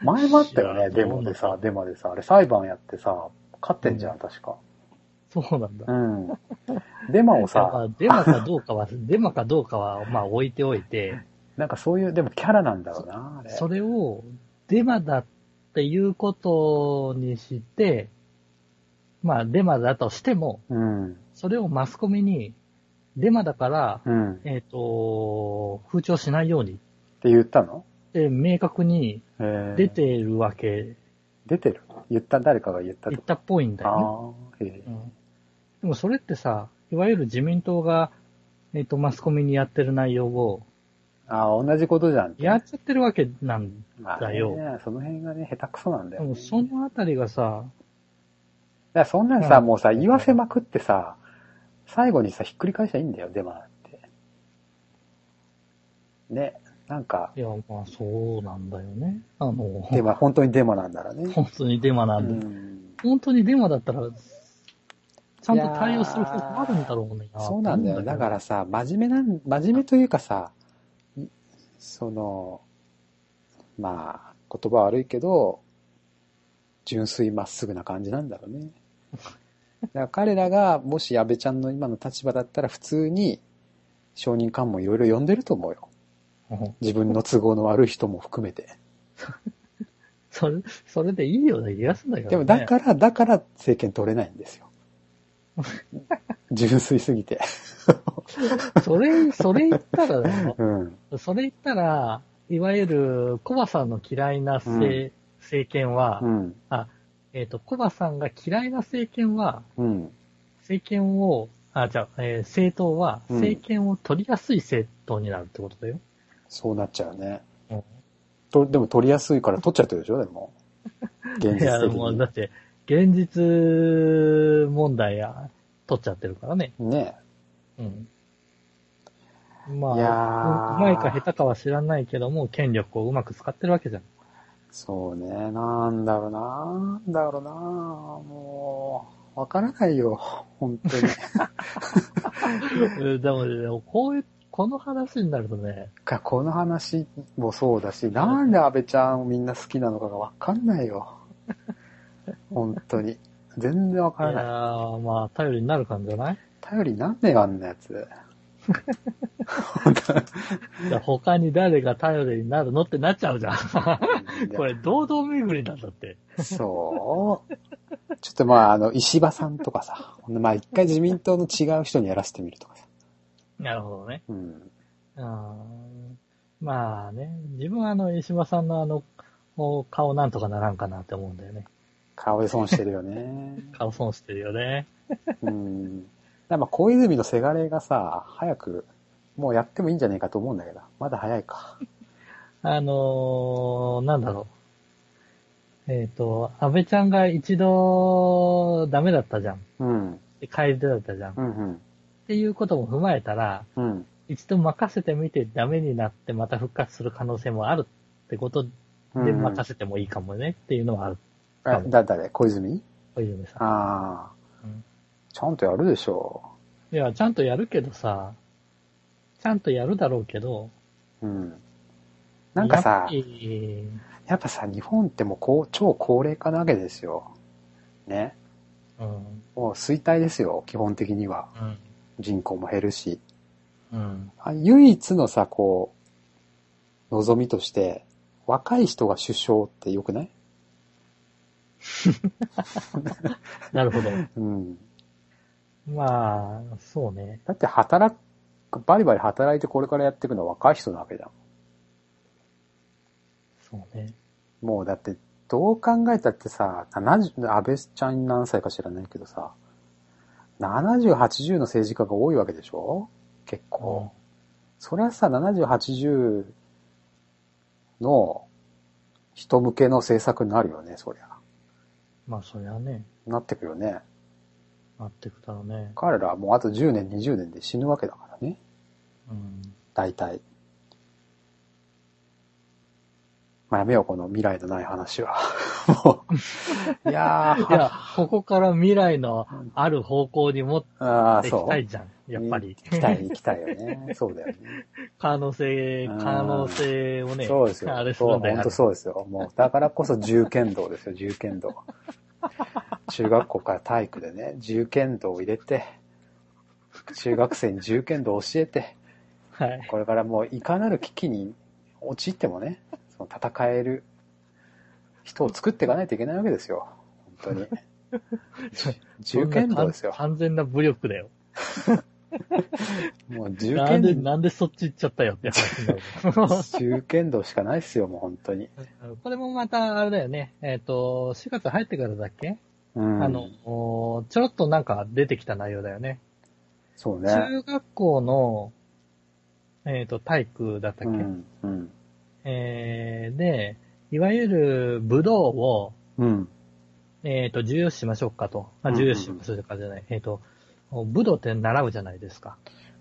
Speaker 1: 前もあったよ
Speaker 2: いや
Speaker 1: ね、デマで
Speaker 2: どうな
Speaker 1: さ
Speaker 2: ん、
Speaker 1: デマでさ。あれ裁判やってさ、勝ってんじゃん、
Speaker 2: う
Speaker 1: 確か。
Speaker 2: そうなんだ
Speaker 1: う。ん。デマを
Speaker 2: ま
Speaker 1: さ、
Speaker 2: あデマかどうかは、デマかどうかは、まあ置いておいて、
Speaker 1: なんかそういう、でもキャラなんだろうな、あれ。
Speaker 2: それをデマだっていうことにして、まあデマだとしても、
Speaker 1: うん。
Speaker 2: それをマスコミにデマだから、
Speaker 1: うん。っ
Speaker 2: えっ、と、風潮しないように
Speaker 1: て言ったの
Speaker 2: って明確に
Speaker 1: へー
Speaker 2: 出てるわけ、
Speaker 1: 出てる言った、誰かが言ったって
Speaker 2: 言っ
Speaker 1: こ
Speaker 2: たっぽいんだ
Speaker 1: と。
Speaker 2: よ
Speaker 1: ああ、へえ
Speaker 2: ね。うんでもそれってさ、いわゆる自民党が、えっ、と、マスコミにやってる内容を、
Speaker 1: ああ、同じことじゃんって。
Speaker 2: やっちゃってるわけなん
Speaker 1: まあ
Speaker 2: だよ
Speaker 1: ねその辺がね、下手くそなんだ
Speaker 2: で
Speaker 1: よね、
Speaker 2: もそのあたりがさ、
Speaker 1: だからそんなんさ、
Speaker 2: うん
Speaker 1: もうさ、言わせまくってさ、最後にさ、ひっくり返しゃいいんだよ、デマって。ね、なんか、
Speaker 2: いや、まあそうなんだよね。あの、
Speaker 1: デマ、本当にデマなんだらね。
Speaker 2: 本当にデマなんで、
Speaker 1: うん
Speaker 2: 本当にデマだったら、ちゃんと対応する方法あるんだろうね。。
Speaker 1: そうなんだよ。だかららさ、真面目なん、真面目というかさ、いその、まあ、言葉悪いけど、純粋まっすぐな感じなんだろう *laughs* ね。だから彼らが、もし安倍ちゃんの今の立場だったら、普通に、証人官もいろいろ呼んでると思うよ。
Speaker 2: うん
Speaker 1: 自分の都合の悪い人も含めて。
Speaker 2: それ、それでいいよね。癒やすんだけど、ね。
Speaker 1: でも、だから、だから政権取れないんです *laughs* よ。純粋すぎて。
Speaker 2: ら。それ、それ言ったらだよ、
Speaker 1: うん。
Speaker 2: それ言ったら、いわゆる、コバさんの嫌いなせ、
Speaker 1: うん
Speaker 2: 政権は、
Speaker 1: うん。
Speaker 2: えっ、と、コバさんが嫌いな政権は、
Speaker 1: うん。
Speaker 2: 政権を、あ、じゃあ、えー政党は、
Speaker 1: うん
Speaker 2: 政権を取りやすい政党になるってことだよ。
Speaker 1: そうなっちゃうね。
Speaker 2: うん
Speaker 1: とでも取りやすいから取っちゃってるでしょで
Speaker 2: *laughs*
Speaker 1: も。現
Speaker 2: いや、
Speaker 1: 実的
Speaker 2: もう、だ
Speaker 1: に。
Speaker 2: って、現実問題や、取っちゃってるからね。
Speaker 1: ね
Speaker 2: うん。まあ、
Speaker 1: いやー
Speaker 2: ううまいか下手かは知らないけども、権力をうまく使ってるわけじゃん。
Speaker 1: そうね。なんだろうな。なんだろうな。もう、わからないよ。本当に。 *laughs*
Speaker 2: うん *laughs* でも、でもこういう、この話になるとね、
Speaker 1: かこの話もそうだし、なんで安倍ちゃんをみんな好きなのかがわかんないよ。本当に。全然わ
Speaker 2: い
Speaker 1: か
Speaker 2: や
Speaker 1: らない。
Speaker 2: ーまあ、頼りになる感じじゃない
Speaker 1: 頼りなんねえよ、あんなや
Speaker 2: *laughs*
Speaker 1: つ。 *laughs*
Speaker 2: いや他に誰が頼りになるのってなっちゃうじゃん。 *laughs* こ
Speaker 1: れ
Speaker 2: れ、堂々巡りなんだって。
Speaker 1: そう。ちょっとまあ、あの、石破さんとかさ、まあ一回自民党の違う人にやらせてみるとかさ。
Speaker 2: なるほどね。
Speaker 1: うん。
Speaker 2: うんまあね、自分はあの、石破さんのあの、お顔なんとかならんかなって思うんだよね。
Speaker 1: 顔で損してるよね。
Speaker 2: 顔損してるよね。
Speaker 1: うん。だからまあ小泉のせがれがさ、早く、もうやってもいいんじゃねえかと思うんだけど、まだ早いか。
Speaker 2: あのー、なんだろう。えっ、と、安倍ちゃんが一度、ダメだったじゃん。
Speaker 1: うん。
Speaker 2: で帰り出だったじゃん。っ
Speaker 1: うんうん。
Speaker 2: ていうことも踏まえたら、
Speaker 1: うん。
Speaker 2: 一度任せてみてダメになってまた復活する可能性もあるってことで
Speaker 1: うんうん
Speaker 2: 任せてもいいかもねっていうのはある。
Speaker 1: あだ、誰小泉
Speaker 2: 小泉さん。
Speaker 1: ああ、
Speaker 2: うん
Speaker 1: ちゃんとやるでしょ
Speaker 2: いや、ちゃんとやるけどさ、ちゃんとやるだろうけど、
Speaker 1: う。うん。なんか
Speaker 2: やっ
Speaker 1: さ
Speaker 2: ぱ、り
Speaker 1: やっぱさ、日本ってもうこう超高齢化なわけですよ。ね。
Speaker 2: うん、
Speaker 1: もう衰退ですよ、基本的には。
Speaker 2: うん、
Speaker 1: 人口も減るし。
Speaker 2: うん、
Speaker 1: あ唯一のさ、こう、望みとして、若い人が首相って良くない
Speaker 2: なるほ
Speaker 1: *laughs*
Speaker 2: ど。
Speaker 1: うん。
Speaker 2: まあ、そうね。
Speaker 1: だって働く、バリバリ働いてこれからやっていくのは若い人なわけじゃん。
Speaker 2: そうね。
Speaker 1: もうだって、どう考えたってさ、70、安倍ちゃん何歳か知らないけどさ、70、80の政治家が多いわけでしょ結構。それはさ、70、80の人向けの政策になるよね、そりゃ。
Speaker 2: まあ、そりゃね、
Speaker 1: なってくよね。
Speaker 2: なってくだろうね。
Speaker 1: 彼らはもうあと10年、20年で死ぬわけだからね。
Speaker 2: うん。
Speaker 1: 大体。まあ、やめよう、この未来のない話は。 *laughs* も *laughs* う。いやー、
Speaker 2: いや、ここから未来のある方向に持っ
Speaker 1: ああ、
Speaker 2: てい
Speaker 1: そう。
Speaker 2: きたいじゃん。やっぱり。
Speaker 1: 行きたい、行きたいよね。そうだよ
Speaker 2: *laughs* 可能性、
Speaker 1: うん
Speaker 2: 可能性を
Speaker 1: ね。
Speaker 2: ね、
Speaker 1: そうですよ。
Speaker 2: あれす
Speaker 1: そ
Speaker 2: る
Speaker 1: うん
Speaker 2: だよ
Speaker 1: 本当。そうですよ。もう、だからこそ銃剣道ですよ、銃剣道。中学校から体育でね、銃剣道を入れて、中学生に銃剣道を教えて、
Speaker 2: はい。
Speaker 1: これからもういかなる危機に陥ってもね、その戦える人を作っていかないといけないわけですよ。本当に。銃剣道ですよ
Speaker 2: そん。な完全な武力だよ。
Speaker 1: もう銃
Speaker 2: なんで、
Speaker 1: 剣道、
Speaker 2: なんでそっち行っちゃったよって
Speaker 1: *laughs*
Speaker 2: 話になる。 *laughs*
Speaker 1: 銃剣道しかないですよ、もう本当に。
Speaker 2: これもまた、あれだよね。えっ、と、4月入ってからだっけ、
Speaker 1: うん。
Speaker 2: あの、おちょろっとなんか出てきた内容だよね。
Speaker 1: そうね。
Speaker 2: 中学校の、えっ、と、体育だったっけ、
Speaker 1: うん。うん。
Speaker 2: えーで、いわゆる武道を、
Speaker 1: うん。
Speaker 2: えっ、と、重要視しましょうかと。あ、重要視しましょうかじゃない。えっ、と、武道って習うじゃないですか。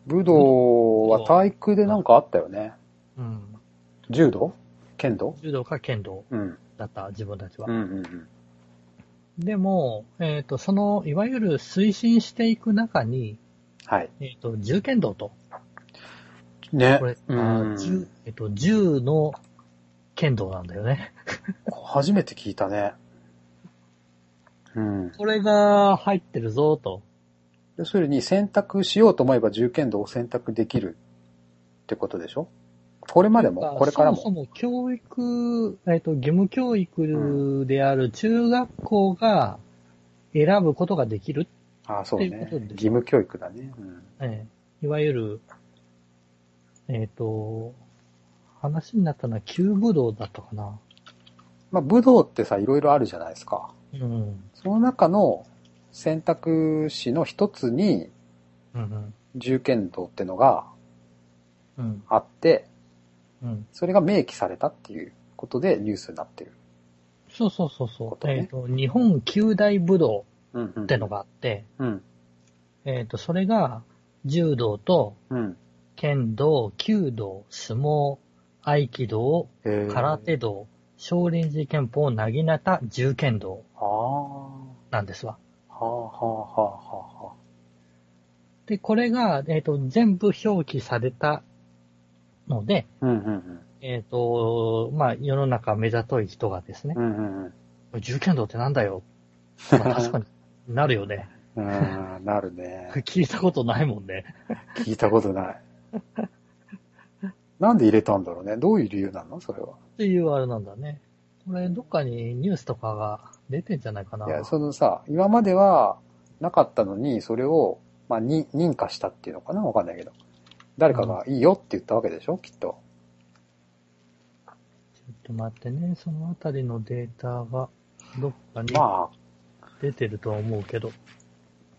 Speaker 1: 武道は体育でなんかあったよね。
Speaker 2: うん。
Speaker 1: 柔道剣道
Speaker 2: 柔道か剣道
Speaker 1: うん。
Speaker 2: だった、自分たちは。
Speaker 1: うんうん
Speaker 2: でも、えっ、と、その、いわゆる推進していく中に、
Speaker 1: はい。
Speaker 2: えっ、と、銃剣道と。
Speaker 1: ね
Speaker 2: これ、。あ
Speaker 1: う
Speaker 2: ー
Speaker 1: ん
Speaker 2: 銃、えっと、銃の剣道なんだよね。
Speaker 1: 初めて聞いたね。うん。
Speaker 2: これが入ってるぞ、と。
Speaker 1: 要するに選択しようと思えば銃剣道を選択できるってことでしょこれまで
Speaker 2: なん
Speaker 1: もこれからも。
Speaker 2: そもそも教育、えっ、と、義務教育である中学校が選ぶことができる。
Speaker 1: ああ、そう
Speaker 2: っていう
Speaker 1: ね
Speaker 2: ことでしょ。
Speaker 1: 義務教育だね。うん
Speaker 2: ええいわゆる、えっ、と、話になったのは旧武道だったかな。
Speaker 1: まあ、武道ってさ、いろいろあるじゃないですか。
Speaker 2: うん。うん
Speaker 1: その中の選択肢の一つに
Speaker 2: うん。
Speaker 1: 銃剣道ってのが
Speaker 2: うん。
Speaker 1: あって、
Speaker 2: うん。
Speaker 1: それが明記されたっていうことでニュースになってる。
Speaker 2: そうそうそうそ
Speaker 1: こ
Speaker 2: う。
Speaker 1: とね
Speaker 2: えっ、と、日本九大武道
Speaker 1: うん、うん。
Speaker 2: ってのがあって、
Speaker 1: うん。
Speaker 2: えっ、と、それが、柔道と、
Speaker 1: うん。
Speaker 2: 剣道、弓道、相撲、合気道、
Speaker 1: へー
Speaker 2: 空手道、少林寺拳法、なぎなた、銃剣道
Speaker 1: ああ。
Speaker 2: なんですわ。
Speaker 1: はあはあはあはあはあ。
Speaker 2: で、これが、えっ、と、全部表記されたので、
Speaker 1: うんうん
Speaker 2: えっ、と、まあ、世の中目ざとい人がですね
Speaker 1: うん。う、んうんうん。
Speaker 2: 銃剣道ってなんだよ。ま
Speaker 1: *laughs*
Speaker 2: あ、確かになるよね。
Speaker 1: うーん、なるね。
Speaker 2: 聞いたことないもんね。
Speaker 1: 聞いたことない。なんで入れたんだろうね。どういう理由なのそれは。
Speaker 2: っていうあれなんだね。これ、どっかにニュースとかが出てんじゃないかな。
Speaker 1: いや、そのさ、今まではなかったのに、それを、まあ、に認可したっていうのかなわかんないけど。誰かがいいよって言ったわけでしょきっと。
Speaker 2: ちょっと待ってね、そのあたりのデータがどっかに
Speaker 1: まあ、
Speaker 2: 出てるとは思うけど。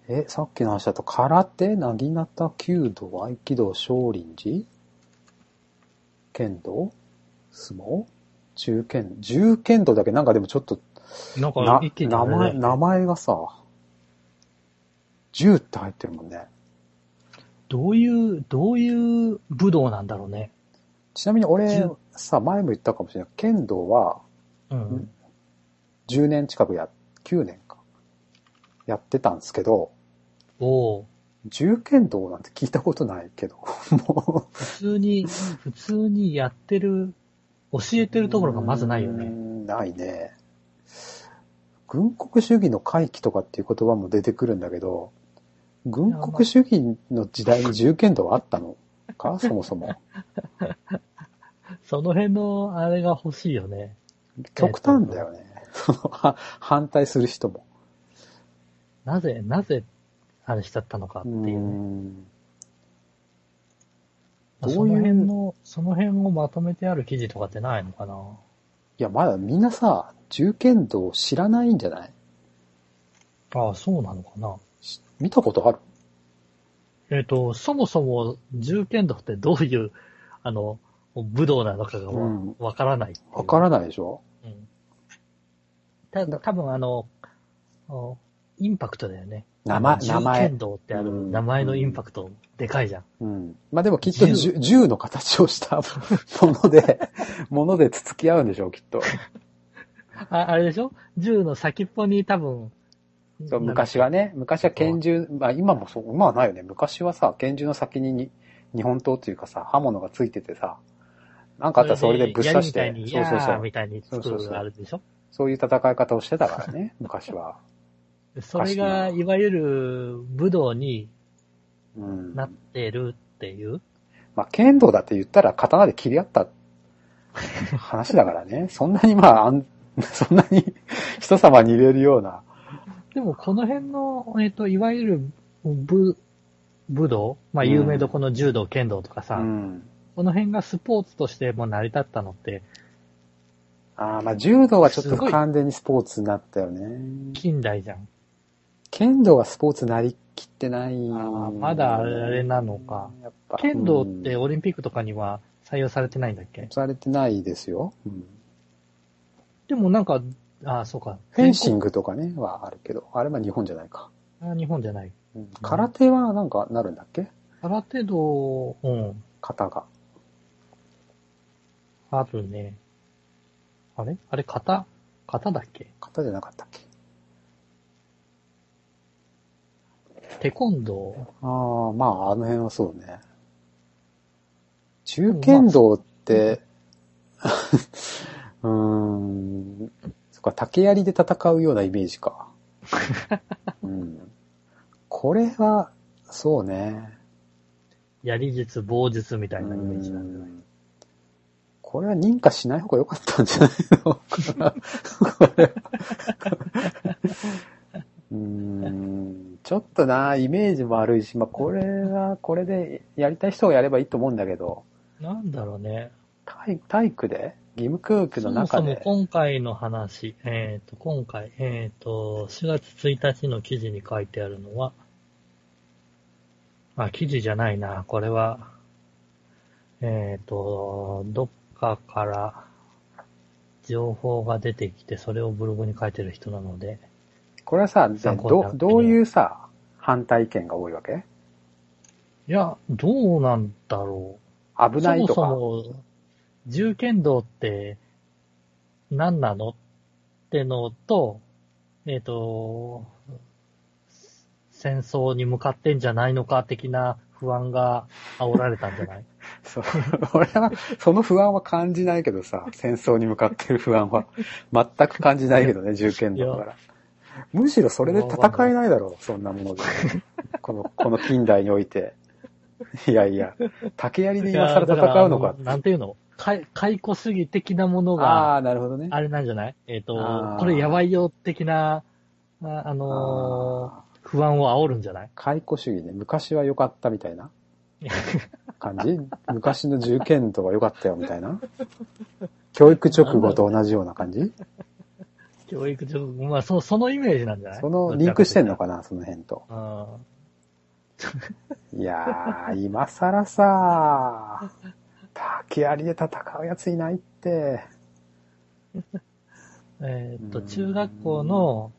Speaker 1: え、さっきの話だと、空手、なぎなた、弓道、合気道、少林寺、剣道、相撲、中剣、重剣道だけなんかでもちょっと、
Speaker 2: な
Speaker 1: な
Speaker 2: んか、一気に
Speaker 1: 名
Speaker 2: あれだ
Speaker 1: 前、名前がさ、銃って入ってるもんね。
Speaker 2: どういう、どういう武道なんだろうね。
Speaker 1: ちなみに俺
Speaker 2: 銃、
Speaker 1: さ、前も言ったかもしれない。剣道は
Speaker 2: うん。
Speaker 1: うん10年近くや、9年か、やってたんですけど、
Speaker 2: おう
Speaker 1: 銃剣道なんて聞いたことないけど、もう。
Speaker 2: 普通 *laughs* に、普通にやってる、教えてるところがまずないよ
Speaker 1: うー
Speaker 2: ね。
Speaker 1: ん。ないね。軍国主義の回帰とかっていう言葉も出てくるんだけど、軍国主
Speaker 2: *laughs*
Speaker 1: 義の時代に銃剣道はあったのかそもそも。
Speaker 2: その辺のあれが欲しいよね。
Speaker 1: 極端だよね。そのは *laughs* 反対する人も。
Speaker 2: なぜ、なぜ、あれしちゃったのかっていう
Speaker 1: う
Speaker 2: ね。
Speaker 1: ん
Speaker 2: まあ
Speaker 1: ど
Speaker 2: そう
Speaker 1: いう
Speaker 2: の辺の、その辺をまとめてある記事とかってないのかない
Speaker 1: や、まだみんなさ、銃剣道知らないんじゃない
Speaker 2: ああ、そうなのかな
Speaker 1: し見たことある
Speaker 2: えっ、と、そもそも、銃剣道ってどういう、あの、武道なのかが
Speaker 1: う
Speaker 2: わ
Speaker 1: ん
Speaker 2: わからないっていう
Speaker 1: わからないでしょ
Speaker 2: うん。た多分あの、おインパクトだよね。
Speaker 1: 名前
Speaker 2: あの
Speaker 1: 名前
Speaker 2: 銃剣道ってあ
Speaker 1: う
Speaker 2: る
Speaker 1: ん
Speaker 2: 名前のインパクト、でかいじゃん。
Speaker 1: うん。まあでもきっと銃銃の形をしたもの
Speaker 2: *laughs*
Speaker 1: で、ものでつつき合うんでしょう、きっと。
Speaker 2: ああれでしょ銃の先っぽに多分、
Speaker 1: そう昔はね、昔は拳銃、まあ今もそう、今はないよね。昔はさ、拳銃の先にに日本刀というかさ、刃物がついててさ、なんかあったらそれでぶっ刺して
Speaker 2: 槍み、た
Speaker 1: そ
Speaker 2: いうに
Speaker 1: そうそ
Speaker 2: やー
Speaker 1: う。
Speaker 2: みたいに作
Speaker 1: そうそうそう
Speaker 2: るあるでしょ
Speaker 1: そういう戦い方をしてたから
Speaker 2: *laughs*
Speaker 1: ね、昔は。
Speaker 2: それが、いわゆる武道に
Speaker 1: うん。
Speaker 2: なってるっていう。
Speaker 1: まあ、剣道だって言ったら刀で切り合った話だから
Speaker 2: *laughs*
Speaker 1: ね。そんなにまあ、あん *laughs* そんなに人様に入れるような。
Speaker 2: でも、この辺の、えっ、と、いわゆる武、武道まあ、有名どこの柔道、剣道とか
Speaker 1: う
Speaker 2: さ、
Speaker 1: ん。
Speaker 2: この辺がスポーツとしてもう成り立ったのって、
Speaker 1: ああ、まあ、柔道はちょっと
Speaker 2: すごい
Speaker 1: 完全にスポーツになったよね。
Speaker 2: 近代じゃん。
Speaker 1: 剣道はスポーツなりきってない。
Speaker 2: あーまだあれなのか。
Speaker 1: やっぱ
Speaker 2: 剣道って
Speaker 1: うん
Speaker 2: オリンピックとかには採用されてないんだっけ
Speaker 1: されてないですよ。うん
Speaker 2: でもなんか、ああ、そうか。
Speaker 1: フェンシングとかね、はあるけど、あれは日本じゃないか。
Speaker 2: あ日本じゃない。
Speaker 1: うん空手はなんかなるんだっけ
Speaker 2: 空手道、うん、
Speaker 1: 型が。
Speaker 2: あるね。あれあれ、型型だっけ
Speaker 1: 型じゃなかったっけ
Speaker 2: テコンド
Speaker 1: ああ、まあ、あの辺はそうね。中剣道って、 *laughs* うーん、そっか、竹槍で戦うようなイメージか。うん、これは、そうね。
Speaker 2: ー、槍術、棒術みたいなイメージなんじゃな
Speaker 1: う
Speaker 2: い
Speaker 1: んこれは認可しない方が良かったんじゃないのこれはうーんちょっとな、イメージも悪いし、まあ、これは、これでやりたい人がやればいいと思うんだけど、
Speaker 2: なんだろうね。
Speaker 1: 体体育で義務教育
Speaker 2: そ
Speaker 1: の
Speaker 2: も
Speaker 1: 中
Speaker 2: そも
Speaker 1: で、
Speaker 2: 今回の話、えっ、と、今回、えっ、と、4月1日の記事に書いてあるのは、あ、記事じゃないな、これは、えっ、と、どっかから情報が出てきて、それをブログに書いてる人なので、
Speaker 1: これはさ、じゃあ
Speaker 2: 参考にな
Speaker 1: ど
Speaker 2: る
Speaker 1: どういうさ、反対意見が多いわけ
Speaker 2: いや、どうなんだろう。
Speaker 1: 危ないとか。
Speaker 2: そもそも、銃剣道って何なのってのと、えっ、と、戦争に向かってんじゃないのか的な不安が煽られたんじゃない
Speaker 1: そう。俺は、その不安は感じないけどさ、戦争に向かってる不安は、全く感じないけどね、銃剣道だから。むしろそれで戦えないだろう、そんなもので。この、この近代において。いやいや、竹槍で *laughs* 今更
Speaker 2: いやだら
Speaker 1: 戦うのか
Speaker 2: あ。なんていうの解解雇主義的なものが、
Speaker 1: ああー、なるほどね。
Speaker 2: あれなんじゃないえっ、
Speaker 1: あ
Speaker 2: と
Speaker 1: ー、
Speaker 2: これやばいよ的な、ああのー
Speaker 1: あー
Speaker 2: 不安を煽るんじゃない
Speaker 1: 解雇主義ね。昔は良かったみたいな感じ昔の銃剣道は良かったよみたいな教育直後と同じような感じ
Speaker 2: 教育上、まあ、そそのイメージなんじゃない
Speaker 1: その、リンクしてんの
Speaker 2: か。
Speaker 1: かな、その辺と。
Speaker 2: うん。
Speaker 1: いやー、今更さ、竹槍で戦うやついないって。
Speaker 2: えーっと、
Speaker 1: うん
Speaker 2: 中学校の、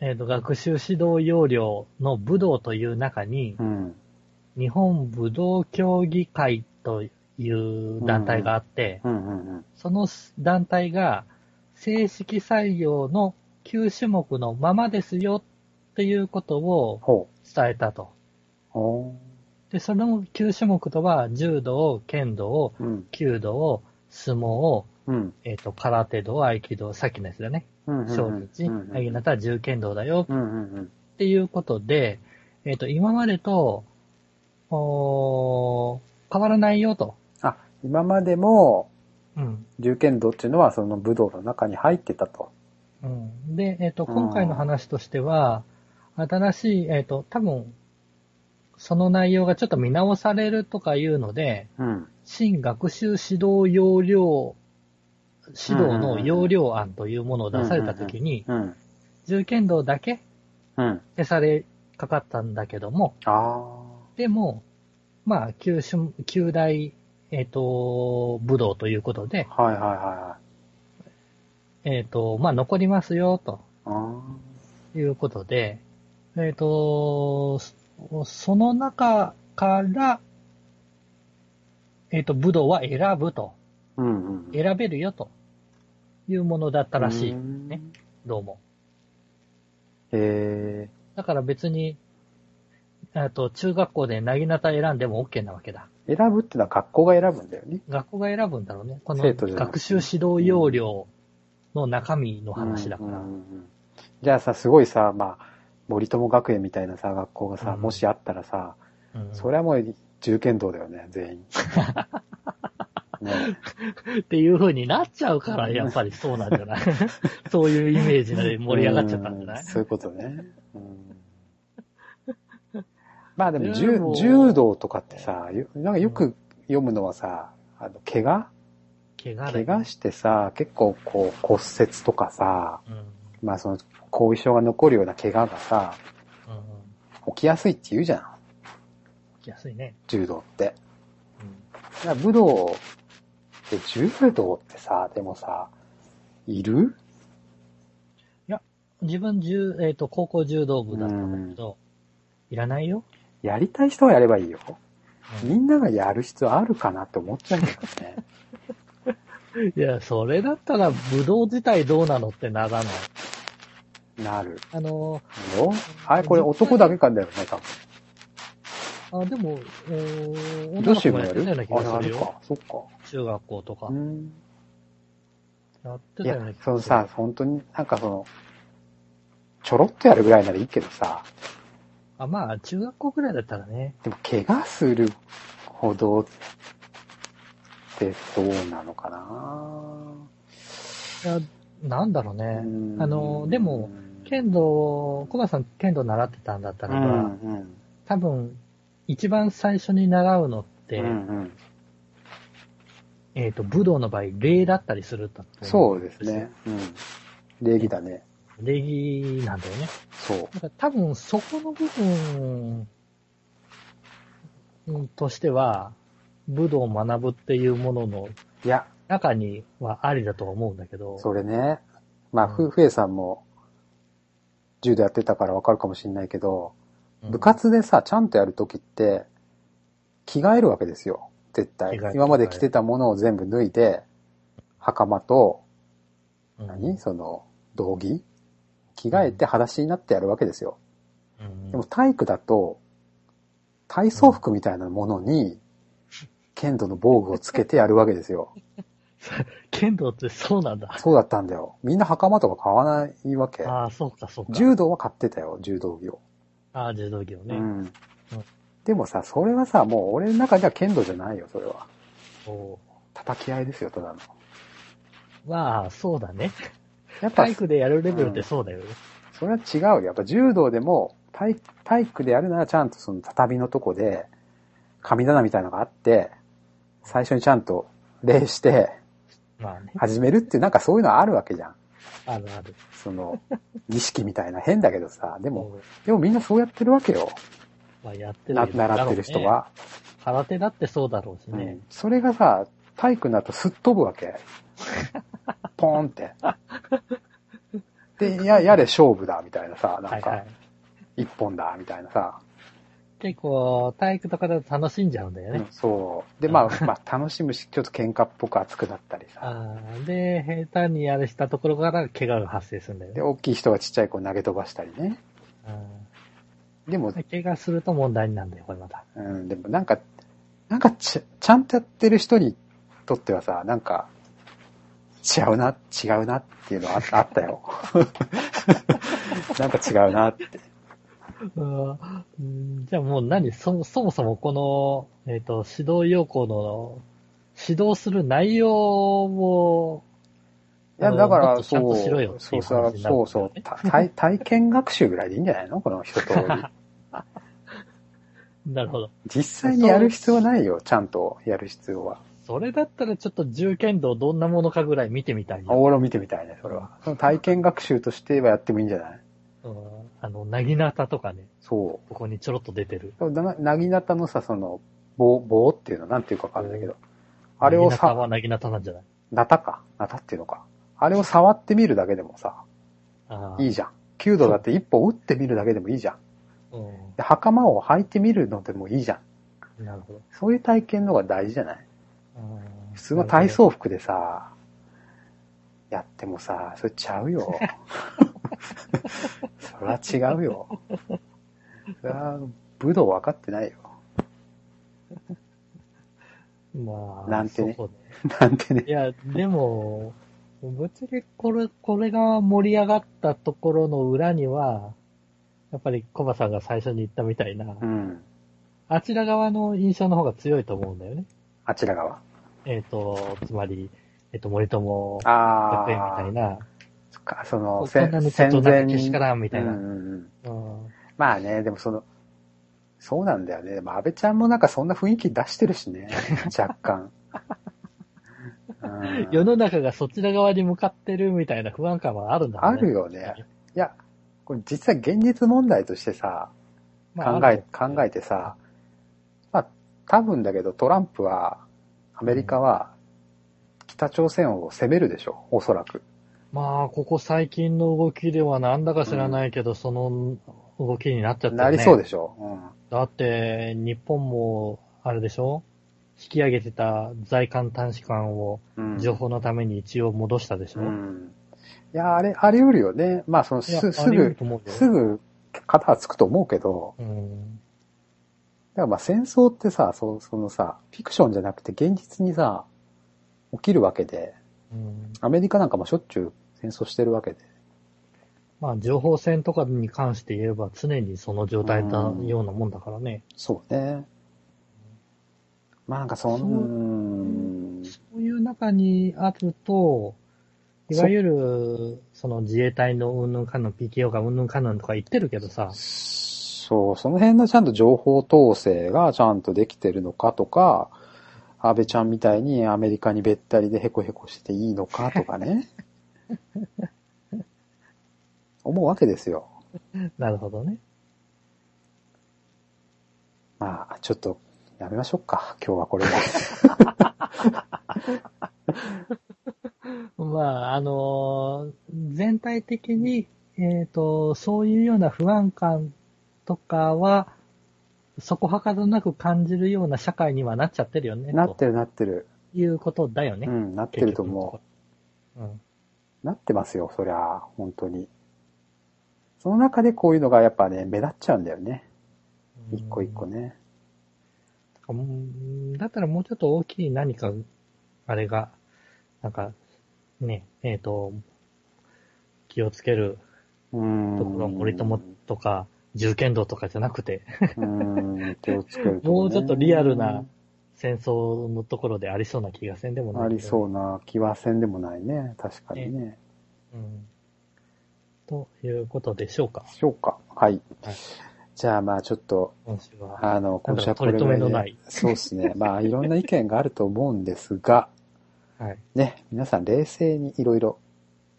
Speaker 2: えーっと、学習指導要領の武道という中に
Speaker 1: う、ん。
Speaker 2: 日本武道協議会という団体があって、
Speaker 1: うんうんうん。
Speaker 2: その団体が正式採用の9種目のままですよっていうことを
Speaker 1: ほ
Speaker 2: 伝えたと。
Speaker 1: う。ほ
Speaker 2: で、その9種目とは、柔道、剣道、
Speaker 1: う。うん。
Speaker 2: 弓道、相撲、
Speaker 1: うん。
Speaker 2: えっ、と、空手道、合気道、さっきのやつだね。
Speaker 1: うんうんうん。
Speaker 2: 小日、
Speaker 1: うん
Speaker 2: あげなたは銃剣道だよ。
Speaker 1: うんうんうん。
Speaker 2: っていうことで、えっ、と、今までと、おー変わらないよと。
Speaker 1: あ、今までも、
Speaker 2: うん。
Speaker 1: 龍剣道っていうのはその武道の中に入ってたと。
Speaker 2: うん、で、えっ、と、
Speaker 1: うん
Speaker 2: 今回の話としては、新しい、えっ、と、多分、その内容がちょっと見直されるとかいうので、
Speaker 1: うん。
Speaker 2: 新学習指導要領、指導の要領案というものを出されたときに、
Speaker 1: うん。
Speaker 2: 銃剣道だけ
Speaker 1: うん。
Speaker 2: 消されかかったんだけども、
Speaker 1: ああ。
Speaker 2: でも、まあ、旧種、旧大、えっ、と、武道ということで、
Speaker 1: はいはいは
Speaker 2: えっ、と、まあ、残りますよ、と
Speaker 1: いはい。
Speaker 2: いうことで、えっ、と、そその中から、えっ、と、武道は選ぶと、
Speaker 1: ああ。うんうん。
Speaker 2: 選べるよ、というものだったらしい、
Speaker 1: ね。
Speaker 2: どうも。
Speaker 1: へえ。
Speaker 2: だから別に、えっと、中学校でなぎなた選んでも OK なわけだ。
Speaker 1: 選ぶってのは学校が選ぶんだよね。
Speaker 2: 学校が選ぶんだろうね。この
Speaker 1: 生徒じゃなく
Speaker 2: 学習指導要領の中身の話だか
Speaker 1: うんう
Speaker 2: ら
Speaker 1: ん。うんじゃあさ、すごいさ、まあ、森友学園みたいなさ、学校がさ、
Speaker 2: うん
Speaker 1: もしあったらさ、
Speaker 2: うん
Speaker 1: それはもう、銃剣道だよね、全
Speaker 2: *laughs*
Speaker 1: 員。ね、
Speaker 2: っていう風になっちゃうから、やっぱりそうなん
Speaker 1: *laughs*
Speaker 2: じゃないそういうイメージで盛り上がっちゃったんじゃな
Speaker 1: う
Speaker 2: い
Speaker 1: そういうことね。うんまあでも、
Speaker 2: で
Speaker 1: 柔
Speaker 2: も
Speaker 1: 柔道とかってさ、よなんかよく読むのはさ、あの、怪我
Speaker 2: 怪我
Speaker 1: 怪
Speaker 2: で。
Speaker 1: 我してさ、結構こう骨折とかさ、
Speaker 2: うん。うん
Speaker 1: まあその後遺症が残るような怪我がさ、
Speaker 2: うん。
Speaker 1: 起きやすいって言うじゃん、
Speaker 2: 起きやすいね。
Speaker 1: 柔道って。
Speaker 2: うん。
Speaker 1: だから武道って柔道ってさ、でもさ、いる
Speaker 2: 自分、柔えっ、と、高校柔道部だったんだけど、いらないよ。
Speaker 1: やりたい人はやればいいよ。
Speaker 2: うん
Speaker 1: みんながやる必要あるかなって思っちゃうんだよね。
Speaker 2: *laughs* いや、それだったら、武道自体どうなのってならない。
Speaker 1: なる
Speaker 2: あの、
Speaker 1: よ。あれ、これ男だけかんだよね、多
Speaker 2: あでも、えー
Speaker 1: 分。女
Speaker 2: 女の
Speaker 1: 子
Speaker 2: 子
Speaker 1: も
Speaker 2: も
Speaker 1: や
Speaker 2: やって
Speaker 1: る
Speaker 2: たような気が
Speaker 1: あ
Speaker 2: す
Speaker 1: れ
Speaker 2: る
Speaker 1: ある
Speaker 2: よ。
Speaker 1: か。そっか。
Speaker 2: 中学校とか
Speaker 1: う。ん
Speaker 2: やって
Speaker 1: い
Speaker 2: た
Speaker 1: や
Speaker 2: ような気が
Speaker 1: そ
Speaker 2: する。、
Speaker 1: のさ、本当になんかその、ちょろっとやるぐらいならいいけどさ、
Speaker 2: あ、まあ、中学校くらいだったらね。
Speaker 1: でも怪我するほどってどうなのかない
Speaker 2: や、なんだろうね。
Speaker 1: うん
Speaker 2: あのでも、剣道、コバさん剣道習ってたんだった
Speaker 1: う
Speaker 2: らば、
Speaker 1: んうん
Speaker 2: 多分、一番最初に習うのって、
Speaker 1: うんうん
Speaker 2: えっ、と、武道の場合、礼だったりするんだと思
Speaker 1: そうですね。。うん。礼儀だね。
Speaker 2: 礼儀なんだよね。
Speaker 1: そう。
Speaker 2: だから多分、そこの部分うんとしては、武道を学ぶっていうものの
Speaker 1: いや、
Speaker 2: 中にはありだとは思うんだけど、
Speaker 1: それね。まあ、
Speaker 2: う
Speaker 1: ふ、
Speaker 2: ん
Speaker 1: ふえさんも、柔道やってたからわかるかもしれないけど、
Speaker 2: うん
Speaker 1: 部活でさ、ちゃんとやるときって、着替えるわけですよ。絶対
Speaker 2: 着替え。る
Speaker 1: 今まで着てたものを全部脱いで、袴と、
Speaker 2: うん
Speaker 1: 何その、道着着替えて裸足になってやるわけですよ。
Speaker 2: うん
Speaker 1: でも体育だと、体操服みたいなものに、剣道の防具をつけてやるわけですよ。
Speaker 2: 剣道ってそうなんだ。
Speaker 1: そうだったんだよ。みんな袴とか買わないわけ。
Speaker 2: ああ、そうか、そうか。
Speaker 1: 柔道は買ってたよ、柔道着を。
Speaker 2: ああ、柔道着をね。
Speaker 1: うん。でもさ、それはさ、もう俺の中では剣道じゃないよ、それは。
Speaker 2: そ
Speaker 1: 叩き合いですよ、ただの。
Speaker 2: うまあ、そうだね。
Speaker 1: やっぱ
Speaker 2: 体、育でやるレベルってそうだよね。
Speaker 1: それは違うよ。やっぱ柔道でも、体体育でやるならちゃんとその畳のとこで、神棚みたいなのがあって、最初にちゃんと礼して
Speaker 2: まあね。
Speaker 1: 始めるっていう、なんかそういうのはあるわけじゃん。
Speaker 2: あるある。
Speaker 1: そ
Speaker 2: *laughs*
Speaker 1: の、儀式みたいな変だけどさ、でも、
Speaker 2: もう、
Speaker 1: でもみんなそうやってるわけよ。
Speaker 2: まあ、やってる
Speaker 1: な
Speaker 2: けど
Speaker 1: 習ってる人。は。
Speaker 2: だろうね空手だってそうだろうし
Speaker 1: う
Speaker 2: ね
Speaker 1: ん。それがさ、体育になるとすっ飛ぶわけ。ポーンっ
Speaker 2: *laughs*
Speaker 1: て。で、や、やれ勝負だ、みたいなさ、な
Speaker 2: は
Speaker 1: ん
Speaker 2: いは
Speaker 1: か
Speaker 2: い、。
Speaker 1: 一本だ、みたいなさ。
Speaker 2: 結構、体育とかだと楽しんじゃうんだよ
Speaker 1: う
Speaker 2: ね
Speaker 1: ん。そう。で、まあ、まあ、楽しむし、ちょっと喧嘩っぽく熱くなったりさ。
Speaker 2: ああで、下手にあれしたところから怪我が発生するんだよ
Speaker 1: で、
Speaker 2: ね。
Speaker 1: 大きい人がちっちゃい子を投げ飛ばしたりね。でも
Speaker 2: うん、怪我すると問題になるんだよ、これまた。
Speaker 1: うん、でもなんか、なんかち、ちゃんとやってる人にとってはさ、なんか、違うな、違うなっていうのはああったよ。 *laughs* なんか違うなって。
Speaker 2: うん、じゃあもう何そもそもそもこの、えっ、と、指導要項の指導する内容も、
Speaker 1: いや、だか
Speaker 2: あのも
Speaker 1: ら、
Speaker 2: っとちゃん
Speaker 1: そ
Speaker 2: と
Speaker 1: う、
Speaker 2: しろよって
Speaker 1: そ
Speaker 2: いうう
Speaker 1: さ
Speaker 2: 話になる
Speaker 1: そ
Speaker 2: ん
Speaker 1: うそ
Speaker 2: ですよね
Speaker 1: う、た体体験学習ぐらいでいいんじゃないのこの一
Speaker 2: *laughs*
Speaker 1: 通り。
Speaker 2: なるほど。
Speaker 1: 実際にやる必要はないよ、ちゃんとやる必要は。
Speaker 2: それだったらちょっと銃剣道どんなものかぐらい見てみたいな。
Speaker 1: 俺を見てみたいね、それは。その体験学習としてはやってもいいんじゃない
Speaker 2: うんあの、なぎなたとかね、
Speaker 1: そ
Speaker 2: ここにちょろっと出てる。
Speaker 1: う。な、なぎなたのさ、その、棒、棒っていうのなんていうかわかんないけど。あれを
Speaker 2: なぎなた
Speaker 1: さ、
Speaker 2: はなぎなたなんじゃない
Speaker 1: なたか。なたっていうのか。あれを触ってみるだけでもさ、
Speaker 2: ああ
Speaker 1: いいじゃん。弓道だって一歩打ってみるだけでもいいじゃん。
Speaker 2: う
Speaker 1: で袴を履いてみるのでもいいじゃん。
Speaker 2: ん。なるほど。
Speaker 1: そういう体験の方が大事じゃない
Speaker 2: うん
Speaker 1: 普通の体操服でさ、やってもさ、それちゃうよ。 *laughs* それは違うよ。それは武道分かってないよ。
Speaker 2: まあ、
Speaker 1: なんてね
Speaker 2: そうね
Speaker 1: なんてね
Speaker 2: い。や、でも、ぶっちゃけこれ、これが盛り上がったところの裏には、やっぱりコバさんが最初に言ったみたいな、
Speaker 1: うん。
Speaker 2: あちら側の印象の方が強いと思うんだよね。
Speaker 1: あちら側。
Speaker 2: えっ、と、つまり、えっ、と、森友
Speaker 1: あ
Speaker 2: 学園み
Speaker 1: あ。
Speaker 2: たいな、
Speaker 1: そっか、その、
Speaker 2: 大人の社長なんかけしからんみ
Speaker 1: み
Speaker 2: たいな。
Speaker 1: う
Speaker 2: うん
Speaker 1: んうんうん。
Speaker 2: うん
Speaker 1: まあね、でもその、そうなんだよね。でも安倍ちゃんもなんかそんな雰囲気出してるし
Speaker 2: *laughs*
Speaker 1: ね。若干。うん
Speaker 2: 世の中がそちら側に向かってるみたいな不安感はあるんだろ
Speaker 1: あ
Speaker 2: うね。
Speaker 1: るよね。いや、これ実は現実問題としてさ、
Speaker 2: まあ。
Speaker 1: 考え、考えてさ、まあ、多分だけどトランプは、アメリカは、北朝鮮を攻めるでしょ、おそらく。
Speaker 2: まあ、ここ最近の動きではなんだか知らないけど、その動きになっちゃったよね。
Speaker 1: なりそうでしょ。
Speaker 2: だって、日本も、あれでしょ引き上げてた在韓大使館を
Speaker 1: うん。うん
Speaker 2: 情報のために一応戻したでしょ、
Speaker 1: うん。いや、あれ、あり得るよね。まあ、その、
Speaker 2: いや
Speaker 1: す、す
Speaker 2: あり得る
Speaker 1: ぐ、
Speaker 2: と思うよ
Speaker 1: すぐ、肩はつくと思うけど、
Speaker 2: うん。
Speaker 1: だからまあ戦争ってさ、そそのさ、フィクションじゃなくて現実にさ、起きるわけで、
Speaker 2: うん。
Speaker 1: アメリカなんかもしょっちゅう戦争してるわけで、
Speaker 2: まあ、情報戦とかに関して言えば常にその状態だようなもんだからね。
Speaker 1: そうね。まあなんかそ、
Speaker 2: そうんそういう中にあると、いわゆる、その自衛隊のうんぬんかんぬん、PKO がうんぬんかんぬんとか言ってるけどさ、
Speaker 1: そう、その辺のちゃんと情報統制がちゃんとできてるのかとか、安倍ちゃんみたいにアメリカにべったりでヘコヘコしてていいのかとか
Speaker 2: *laughs*
Speaker 1: ね。思うわけですよ。
Speaker 2: なるほどね。
Speaker 1: まあ、ちょっと、やめましょうか。今日はこれで。
Speaker 2: まあ、あのー全体的に、えっ、と、そういうような不安感とかは、そこはかどなく感じるような社会にはなっちゃってるよね。
Speaker 1: なってるなってる。
Speaker 2: ということだよね。
Speaker 1: うん、なって
Speaker 2: 結
Speaker 1: ると
Speaker 2: 局の
Speaker 1: 思う
Speaker 2: こ。ろうん。
Speaker 1: なってますよ、そりゃ、本当に。その中でこういうのがやっぱね、目立っちゃうんだよね。一個一個ね。
Speaker 2: うん。だったらもうちょっと大きい何か、あれが、なんか、ね、えっ、と、気をつける
Speaker 1: うん。
Speaker 2: ところ、森友とか、銃剣道とかじゃなくて、
Speaker 1: うん、手をつけるころね
Speaker 2: もうちょっとリアルな。戦争のところでありそうな気がせんでもな
Speaker 1: あ
Speaker 2: いけどね、
Speaker 1: りそうな気はせんでもないね。確かにね。
Speaker 2: うん。ということでしょうか。
Speaker 1: しようか。はい
Speaker 2: はい。
Speaker 1: じゃあまあちょっと、
Speaker 2: 今週は。
Speaker 1: あの、今週はこれぐらい
Speaker 2: なんだろう取り留めのな
Speaker 1: で
Speaker 2: い。
Speaker 1: そうですね。まあいろんな意見があると思うんですが、
Speaker 2: はい。
Speaker 1: ね、皆さん冷静にいろいろ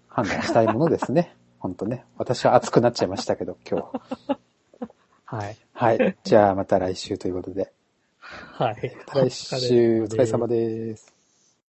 Speaker 1: 判断したいものです
Speaker 2: *laughs*
Speaker 1: ね。本当ね。私は熱くなっちゃいましたけど、今日。
Speaker 2: はい。
Speaker 1: はい。じゃあまた来週ということで。
Speaker 2: はい。
Speaker 1: 来週お疲れ様です。